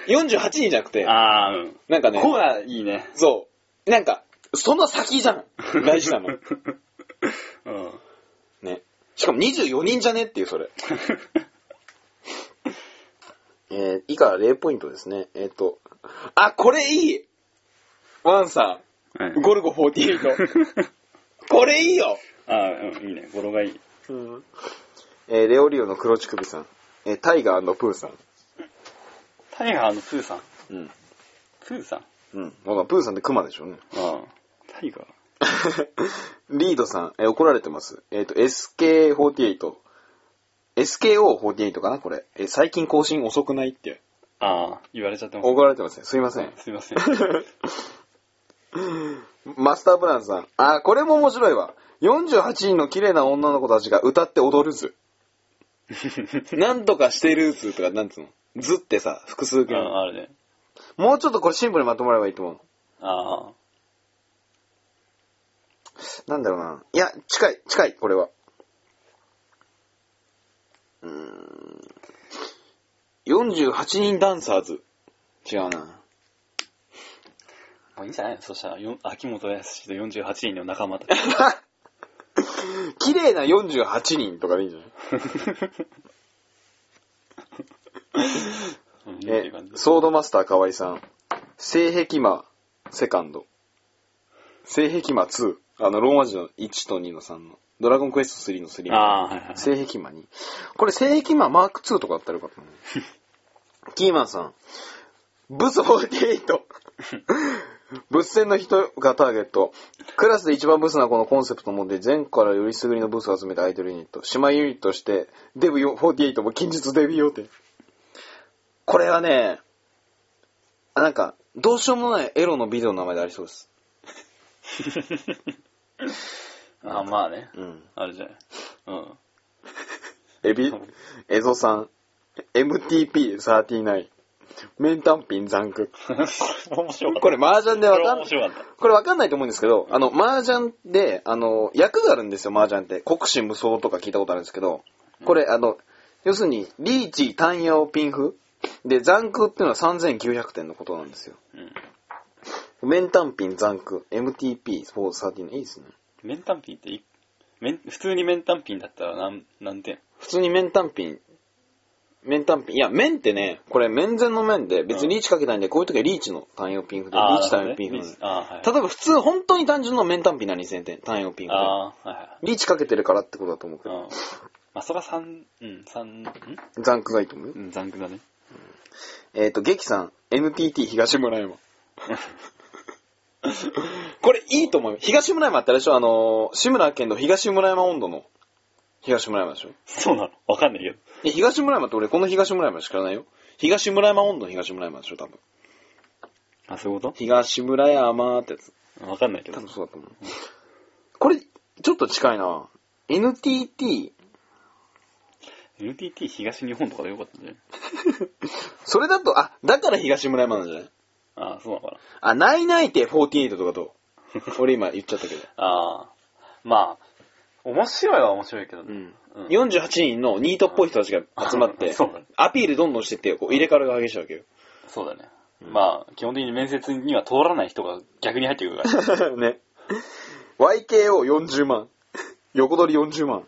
A: 48人じゃなくて、
B: ああ、うん。
A: なんかね、
B: こうがいいね。
A: そう、なんか、その先じゃん。大事な の。
B: うん。
A: ね。しかも24人じゃねっていう、それ。えー、以下0ポイントですね。えっ、と、あ、これいいワンさ
B: はい
A: ん、ゴルゴ48。これいいよ、
B: ああ、うん、いいね。語呂がいい。
A: えーレオリオの黒乳首さん。えータイガープーさん。
B: タイガーのプーさん。
A: うん。
B: プーさん
A: うん。まあプーさんってクマでしょうね。
B: ああ。タイガー
A: リードさん、えー怒られてます。えっ、と、SK48。SKO48 かなこれ。えー最近更新遅くないって。
B: ああ、言われちゃってます。
A: 怒られてますね。すいません。
B: すいません。あ
A: マスターブランさん。あー、これも面白いわ。48人の綺麗な女の子たちが歌って踊るず。なんとかしてるずとか、なんつうのずってさ、複数形。
B: あ、あるね。
A: もうちょっとこれシンプルにまとまればいいと思う。
B: ああ。
A: なんだろうな。いや、近い、近い、これは。うーん。48人ダンサーズ。違うな。
B: もういいんじゃないそしたら、よん秋元康と48人の仲 間たち。
A: 綺麗な48人とかでいいんじゃない
B: うん、ってい
A: え
B: う感じ、
A: ソードマスター河合さん。性癖魔、セカンド。性癖魔2。あの、ローマ字の1と2の3の。ドラゴンクエスト3の3
B: あ
A: マ
B: あ、はいはいはい。
A: 性癖魔に。これ性癖魔マーク2とかだったらよかった のにキーマンさん。ブス48。物戦の人がターゲット。クラスで一番ブスな子のコンセプトを持って、前からよりすぐりのブスを集めたアイドルユニット。姉妹ユニットとして、デブ48も近日デビュー予定。これはね、あなんか、どうしようもないエロのビデオの名前でありそうです。
B: ああ、まあね。
A: うん。
B: あれじゃない。うん。
A: エビ、エゾさん、MTP39、メンタンピン残酷。
B: 面白かった。
A: これ麻雀で
B: こ
A: わ
B: れ
A: かん
B: 面白かった。
A: これわかんないと思うんですけど、あの、麻雀で、あの、役があるんですよ、麻雀って。国士無双とか聞いたことあるんですけど、これ、あの、要するに、リーチ、単用、ピンフ。で、残空っていうのは3900点のことなんですよ。
B: うん。
A: メンタンピン残空、MTP413、いいですね。
B: メンタンピンってい、メン普通にメンタンピンだったらなん何点
A: 普通にメンタンピン、メンタンピン、いや、面ってね、これ、面前の面で、別にリーチかけないんで、こういう時はリーチの単用ピンフで、リーチ単用ピンフ
B: リ
A: なん
B: ー
A: で
B: チ。あー、はい。
A: 例えば普通、本当に単純なメンタンピンな2000点、単用ピンフで。
B: ああ、はいはい。
A: リーチかけてるからってことだと思うけ
B: うん
A: ど、。
B: まあ、そら3、うん、三ん
A: 残空がいいと思うよ。
B: うん、残酷だね。
A: えっ、と、劇さん、NTT 東村 山。これいいと思うよ。東村山ってあれでしょあのー志村けんの東村山温度の東村山でしょ
B: そうなのわかんないけど。
A: え、東村山って俺この東村山しか知らないよ。東村山温度の東村山でしょ多分。
B: あ、そういうこ
A: 東村山ってやつ。
B: とわかんないけど
A: 多。分そうだと思う。これ、ちょっと近いな NTT、
B: NTT 東日本とかでよかったんじゃない
A: それだと、あ、だから東村山なんじゃない
B: ああ、そうなのかな。
A: あ、ナイナイテ48とか どう俺今言っちゃったけど。
B: ああ。まあ、面白いは面白いけど
A: う
B: ね。
A: ん。
B: うん
A: 48人のニートっぽい人たちが集まっ て
B: そうだね、
A: アピールどんどんしてって、こう入れ替わりが激しいわけよ。
B: そうだね。まあ、基本的に面接には通らない人が逆に入ってくるか ら。
A: ね。YKO40 万。横取り40万。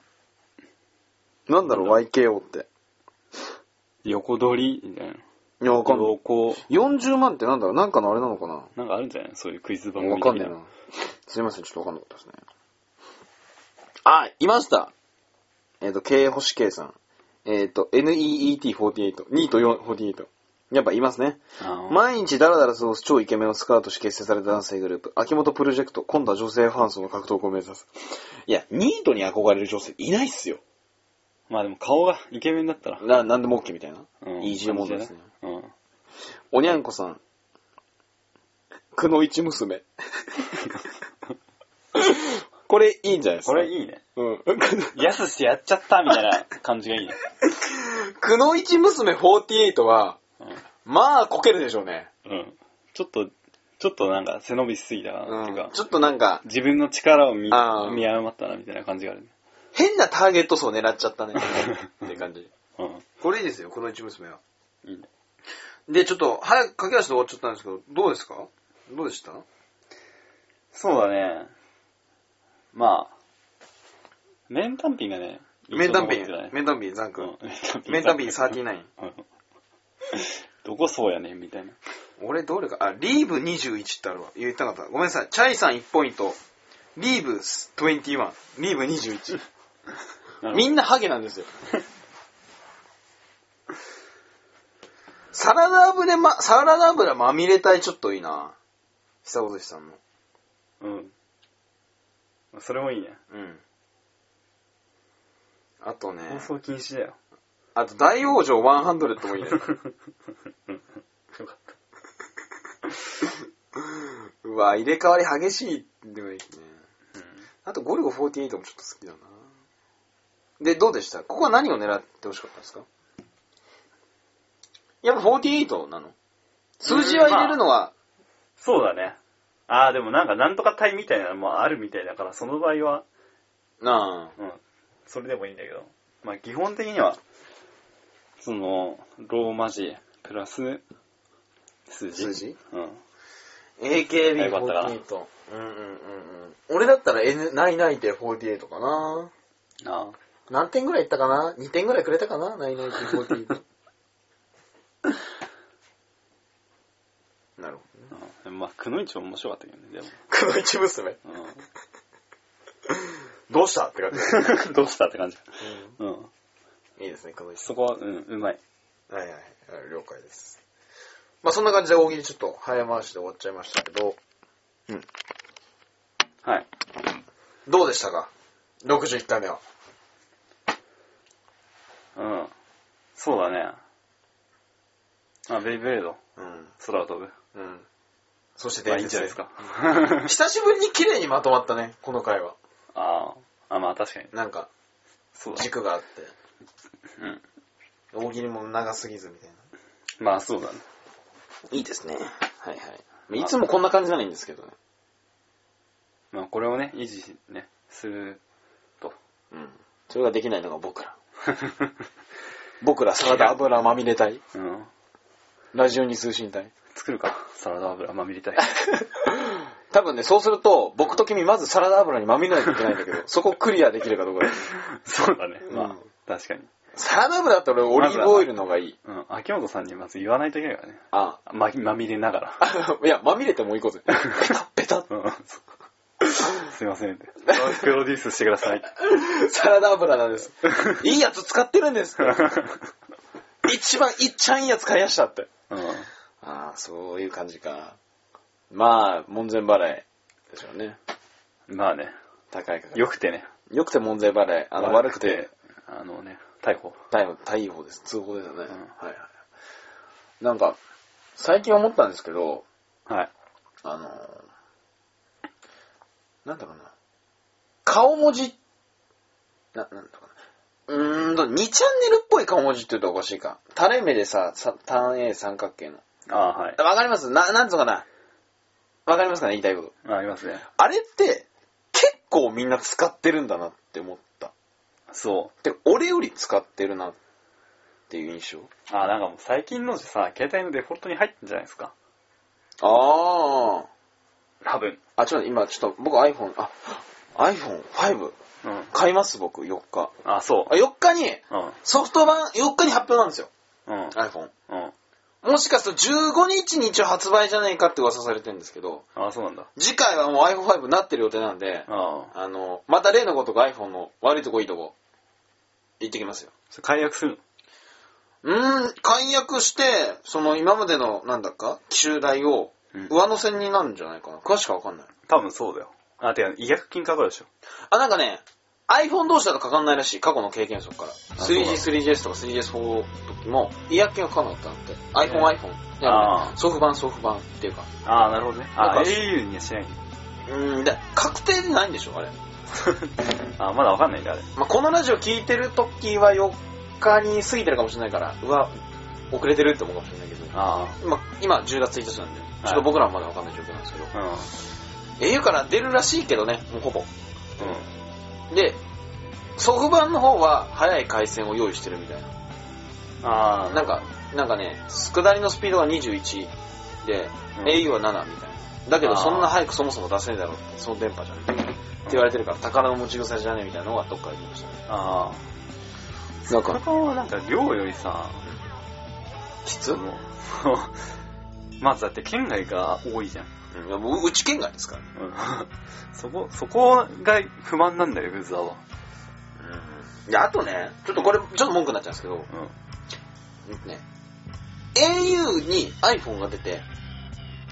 A: なんだろう、YKO って。
B: 横取りみたいな。
A: いや、わかんない。
B: 横、
A: 40万ってなんだろうなんかのあれなのかな
B: なんかあるんじゃないそういうクイズ番組
A: わ
B: 的
A: かんないな。すいません、ちょっとわかんなかったですね。あ、いましたえっ、と、K 星 K さん。えっ、と、NEET48。2と4 48。やっぱいますね。
B: あー
A: 毎日ダラダラ過ごす超イケメンをスカウトし結成された男性グループ、秋元プロジェクト、今度は女性ファン層の格闘を目指す。いや、ニートに憧れる女性いないっすよ。
B: まあでも顔がイケメンだったら。
A: な、なんでも OK みたいな。
B: うん
A: いい自由問題ですね。。
B: うん。
A: おにゃんこさん。くのいち 娘。これいいんじゃないですか。
B: これいいね。
A: うん。
B: やすしやっちゃったみたいな感じがいいね。
A: くのいち娘48は、まあ、こけるでしょうね。
B: うん。うん。ちょっと、ちょっとなんか背伸びしすぎたな、っていう
A: う
B: か
A: ん。。ちょっとなんか、
B: 自分の力を見
A: あー
B: 見誤ったな、みたいな感じがあるね。
A: 変なターゲット層狙っちゃったね。って感じ。
B: う
A: これいいですよ、くのいち娘は。
B: ん。いいね。
A: で、ちょっと、早く駆け足で終わっちゃったんですけど、どうですかどうでした
B: そうだね。まあ、メンタンピンがね、
A: メンタンピン
B: 印象に残ってない、
A: メンタンピン、ザン
B: う
A: 君。
B: ん
A: メ
B: メ
A: ン
B: ン
A: タ
B: タ
A: ン
B: ン
A: ピ
B: ピ
A: ン
B: ン。
A: 39。
B: うんどこそうやねんみたいな。
A: 俺、どれか、あ、リーブ21ってあるわ。言ったかった。ごめんなさい。チャイさん1ポイント。リーブ21。リーブ21。みんなハゲなんですよ。サラダ油ま、サラダ油まみれたいちょっといいな。久本さんの。
B: うん。それもいいね。
A: うん。あとね。
B: 放送禁止だよ。
A: あと、大往生100もいい ね。
B: よかっ
A: うわ、入れ替わり激しいでもいいね。
B: た。
A: あと、ゴルゴ48もちょっと好きだな。で、どうでしたここは何を狙ってほしかったんですかやっぱ48なの数字は入れるのは、
B: そうだね。ああ、でもなんか、なんとか体みたいなのもあるみたいだから、その場合は、
A: な
B: うん、それでもいいんだけど。まあ、基本的には、その、ローマ字、プラス、数
A: あ、
B: 字。
A: 数字
B: うん。よかった
A: ?AKB48。うんうんうんうん。俺だったら N、ないないで48かな。
B: ああ。
A: 何点ぐらいいったかな ?2 点ぐらいくれたかなナイナイティフォーティー なるほどね。
B: うんまあ、くのいちも面白かったけどね、でも。
A: 黒一娘。
B: うん。
A: どうしたって感じ。
B: どうしたって感じ。うん。
A: いいですね、この
B: そこは、うん、うまい。
A: はいはいはい、了解です。まあそんな感じで大喜利ちょっと早回しで終わっちゃいましたけど、
B: はい。
A: どうでしたか ?61 回目は。
B: うん。そうだね。あ、ベイブレード。
A: うん。
B: 空を飛ぶ。
A: うん。そして
B: まあ、
A: 伝
B: いいんじ
A: 説
B: ゃないです か。
A: 久しぶりに綺麗にまとまったね、この回は。
B: ああ。あ、まあ確かに。
A: なんか、
B: そうだ。
A: 軸があって。
B: うん。
A: 大喜利も長すぎずみたいな。
B: まあそうだね。
A: いいですね。はいはい。いつもこんな感じならいいんですけどね。
B: まあこれをね、維持しね、す ると。
A: うん。それができないのが僕ら。僕らサラダ油まみれたい。
B: うん。
A: ラジオに通信隊。
B: 作るか。サラダ油まみれたい。
A: 多分ね、そうすると、僕と君まずサラダ油にまみれないといけないんだけ ど、そこクリアできるかどうかだ。
B: そうだね。まあ、
A: うん
B: 確かに。
A: サラダ油だったら俺オリーブオイルの方がいい。
B: うん。秋元さんにまず言わないといけないからね。
A: あ
B: ま、まみれながら。
A: あ。いや、まみれてもいいこと。ベタ、ベタ。
B: うん。そうすいませんって。プロデュースしてください。
A: サラダ油なんです。いいやつ使ってるんですって。一番いっちゃんいいやつ買いやしたって。
B: うん。
A: ああ、そういう感じか。まあ、門前払いでしょうね。
B: まあね。
A: 高いから。
B: 良
A: よ
B: くてね。
A: よくて門前払い。あの、悪くて、。
B: あのね、逮捕。
A: 逮捕、逮捕です。通報ですよね。はいはい。なんか、最近思ったんですけど、
B: はい。
A: あのー、なんだろうな。顔文字、な、なんだろうな。うーんと、2チャンネルっぽい顔文字って言うとおかしいか。垂れ目でさ、さ単 A 三角形の。
B: ああ、はい。
A: わかりますな、なんつうのかな。わかりますかね言いたいこと。
B: ありますね。
A: あれって、結構みんな使ってるんだなって思った。
B: そ
A: で、俺より使ってるなっていう印象。
B: う。ああ、なんかもう最近のさ、携帯のデフォルトに入ってんじゃないですか。
A: あ
B: 多分。
A: あ。あ、ちょっと今、ちょっと僕 iPhone、あ、iPhone5
B: うん。
A: 買います僕、4日。
B: あ、そ
A: あ4日に、
B: う。うん。
A: ソフト版4日に発表なんですよ。
B: うん。
A: iPhone。
B: うん。
A: もしかすると15日に一応発売じゃねえかって噂されてるんですけど、
B: ああ、そうなんだ。
A: 次回はもう iPhone5 になってる予定なんで、
B: ああ。
A: あの、また例のごとく iPhone の悪いとこいいとこ、行ってきますよ。
B: それ解約する
A: うーん、解約して、その今までの、なんだっか、機種代を
B: のうん。
A: 上乗せになるんじゃないかな。詳しくはわかんない。
B: 多分そうだよ。あ、てか、違約金かかるでしょ。
A: あ、なんかね、iPhone 同士だとかかんないらしい、過去の経験則から。
B: そうな
A: 3G、
B: の
A: 3GS とか 3GS4 の時も、違約金がかかんなかったんって。iPhone、
B: ね
A: iPhone。
B: ああ
A: 祖父版、祖父版っていうか。
B: ああ、なるほどね。あ
A: な
B: あ、
A: んか
B: au にはしない。
A: うーん、で、確定でないんでしょ、あれ。
B: ああ、まだわかんないんだ、あれ。
A: まあ、このラジオ聞いてる時は4日に過ぎてるかもしれないから、うわ、遅れてるって思うかもしれないけど。
B: あ
A: 今、今10月1日なんで、ちょっと僕らもまだわかんない状況なんですけど。
B: あ。うん。
A: au から出るらしいけどね、もうほぼ。
B: うん。
A: で、ソフ版の方は早い回線を用意してるみたいな。
B: ああ、
A: なんか、なんかね、下りのスピードが21で、
B: うん
A: au は7みたいな。だけど
B: あー
A: そんな早くそもそも出せねえだろって、その電波じゃねえって言われてるから、宝の持ち腐じゃねえみたいなのがどっかで言いましたね。
B: ああ。
A: なん
B: こ
A: か、
B: こはなんか量よりさ、
A: きつ
B: その、 まずだって県外が多いじゃん。
A: うんいやもううち県外ですからね。
B: うん。 そこ、そこが不満なんだよ、ユーザーは。
A: いや、あとね、ちょっとこれ、ちょっと文句になっちゃうんですけど、
B: うん。
A: うんとね、au に iPhone が出て、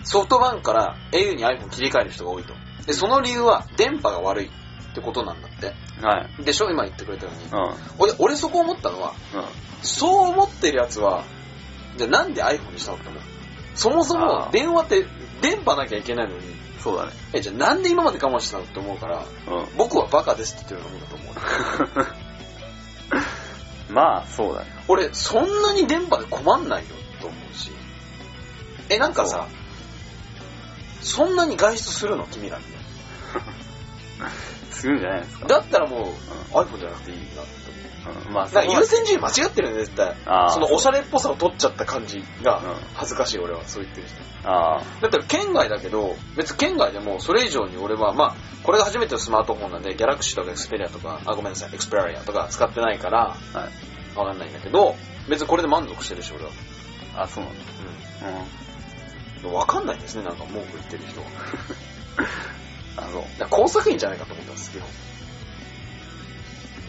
A: ソフトバンクから au に iPhone 切り替える人が多いと。で、その理由は電波が悪いってことなんだって。
B: はい。
A: でしょ今言ってくれたように
B: うん。うん。。
A: 俺、俺そこ思ったのは、そう思ってるやつは、じゃあなんで iPhone にしたのって思う。そもそも
B: あー
A: 電話って電波なきゃいけないのに、
B: そうだね。
A: え、じゃあなんで今まで我慢してたのって思うから、
B: う
A: 僕はバカですって言ってるよう なもんだと思う。
B: ん。 まあ、そうだね。
A: 俺、そんなに電波で困んないよと思うし。え、なんかさ、そんなに外出するの君らみたい
B: するんじゃないですか。
A: な。だったらもう、iPhone じゃなくていいなって思
B: うん。まあ、
A: う。なんか優
B: そ
A: 先順位間違ってるね、絶対。
B: こはああ。
A: そのおしゃれっぽさを取っちゃった感じ
B: うん
A: が、。恥ずかしい俺は、そう言ってる人。
B: ああ。
A: だったら県外だけど、別に県外でもそれ以上に俺は、まあ、これが初めてのスマートフォンなんで、ギャラクシーとかエクスペリアとか、あ、ごめんなさい、エクスペリアとか使ってないから、
B: はい。
A: わかんないんだけど、別にこれで満足してるし、俺は。
B: あ、そうなんだ。うん。
A: うん。わかんないですね、なんか文句言ってる人は。
B: あ、そう。
A: だから工作員じゃないかと思ったんですけど。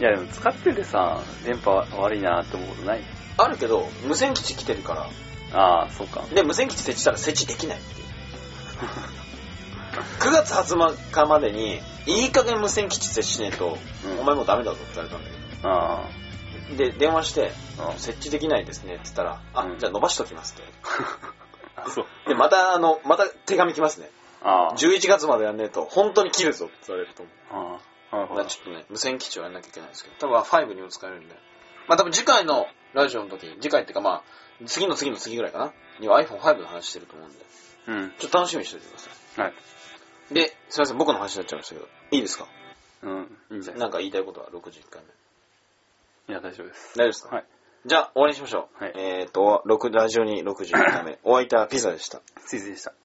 B: いやでも使っててさ、電波悪いなって思うことない
A: あるけど、無線基地来てるから。
B: ああ、そうか。
A: で、無線基地設置したら設置できないっていう。9月20日までに、いい加減無線基地設置しねえと、
B: うん
A: お前もうダメだぞって言われたんだ
B: ああ。
A: けど。で、電話して、
B: あ
A: 設置できないですねって言ったら、あ、
B: うん
A: じゃあ伸ばしときますって。
B: あそう。
A: で、また、あの、また手紙来ますね。
B: ああ。
A: 11月までやんねえと、本当に切るぞって言われると思う。
B: ああ。なるほ
A: ま
B: ど
A: あ。ちょっとね、無線基地をやんなきゃいけないんですけど、多分5にも使えるんで。まあ多分次回のラジオの時、次回っていうかまあ、次の次の次ぐらいかな、には iPhone5 の話してると思うんで、
B: うん。
A: ちょっと楽しみにしておいてくださ
B: はい。
A: い。で、すいません、僕の話になっちゃいましたけど、いいですか
B: うん。いいんじゃない
A: なんか言いたいことは61回目。
B: いや、大丈夫です。
A: 大丈夫ですか
B: はい。
A: じゃあ、終わりにしましょう。
B: はい
A: えーと、6ラジオに61回目。お相手はピザでした。
B: ついついでした。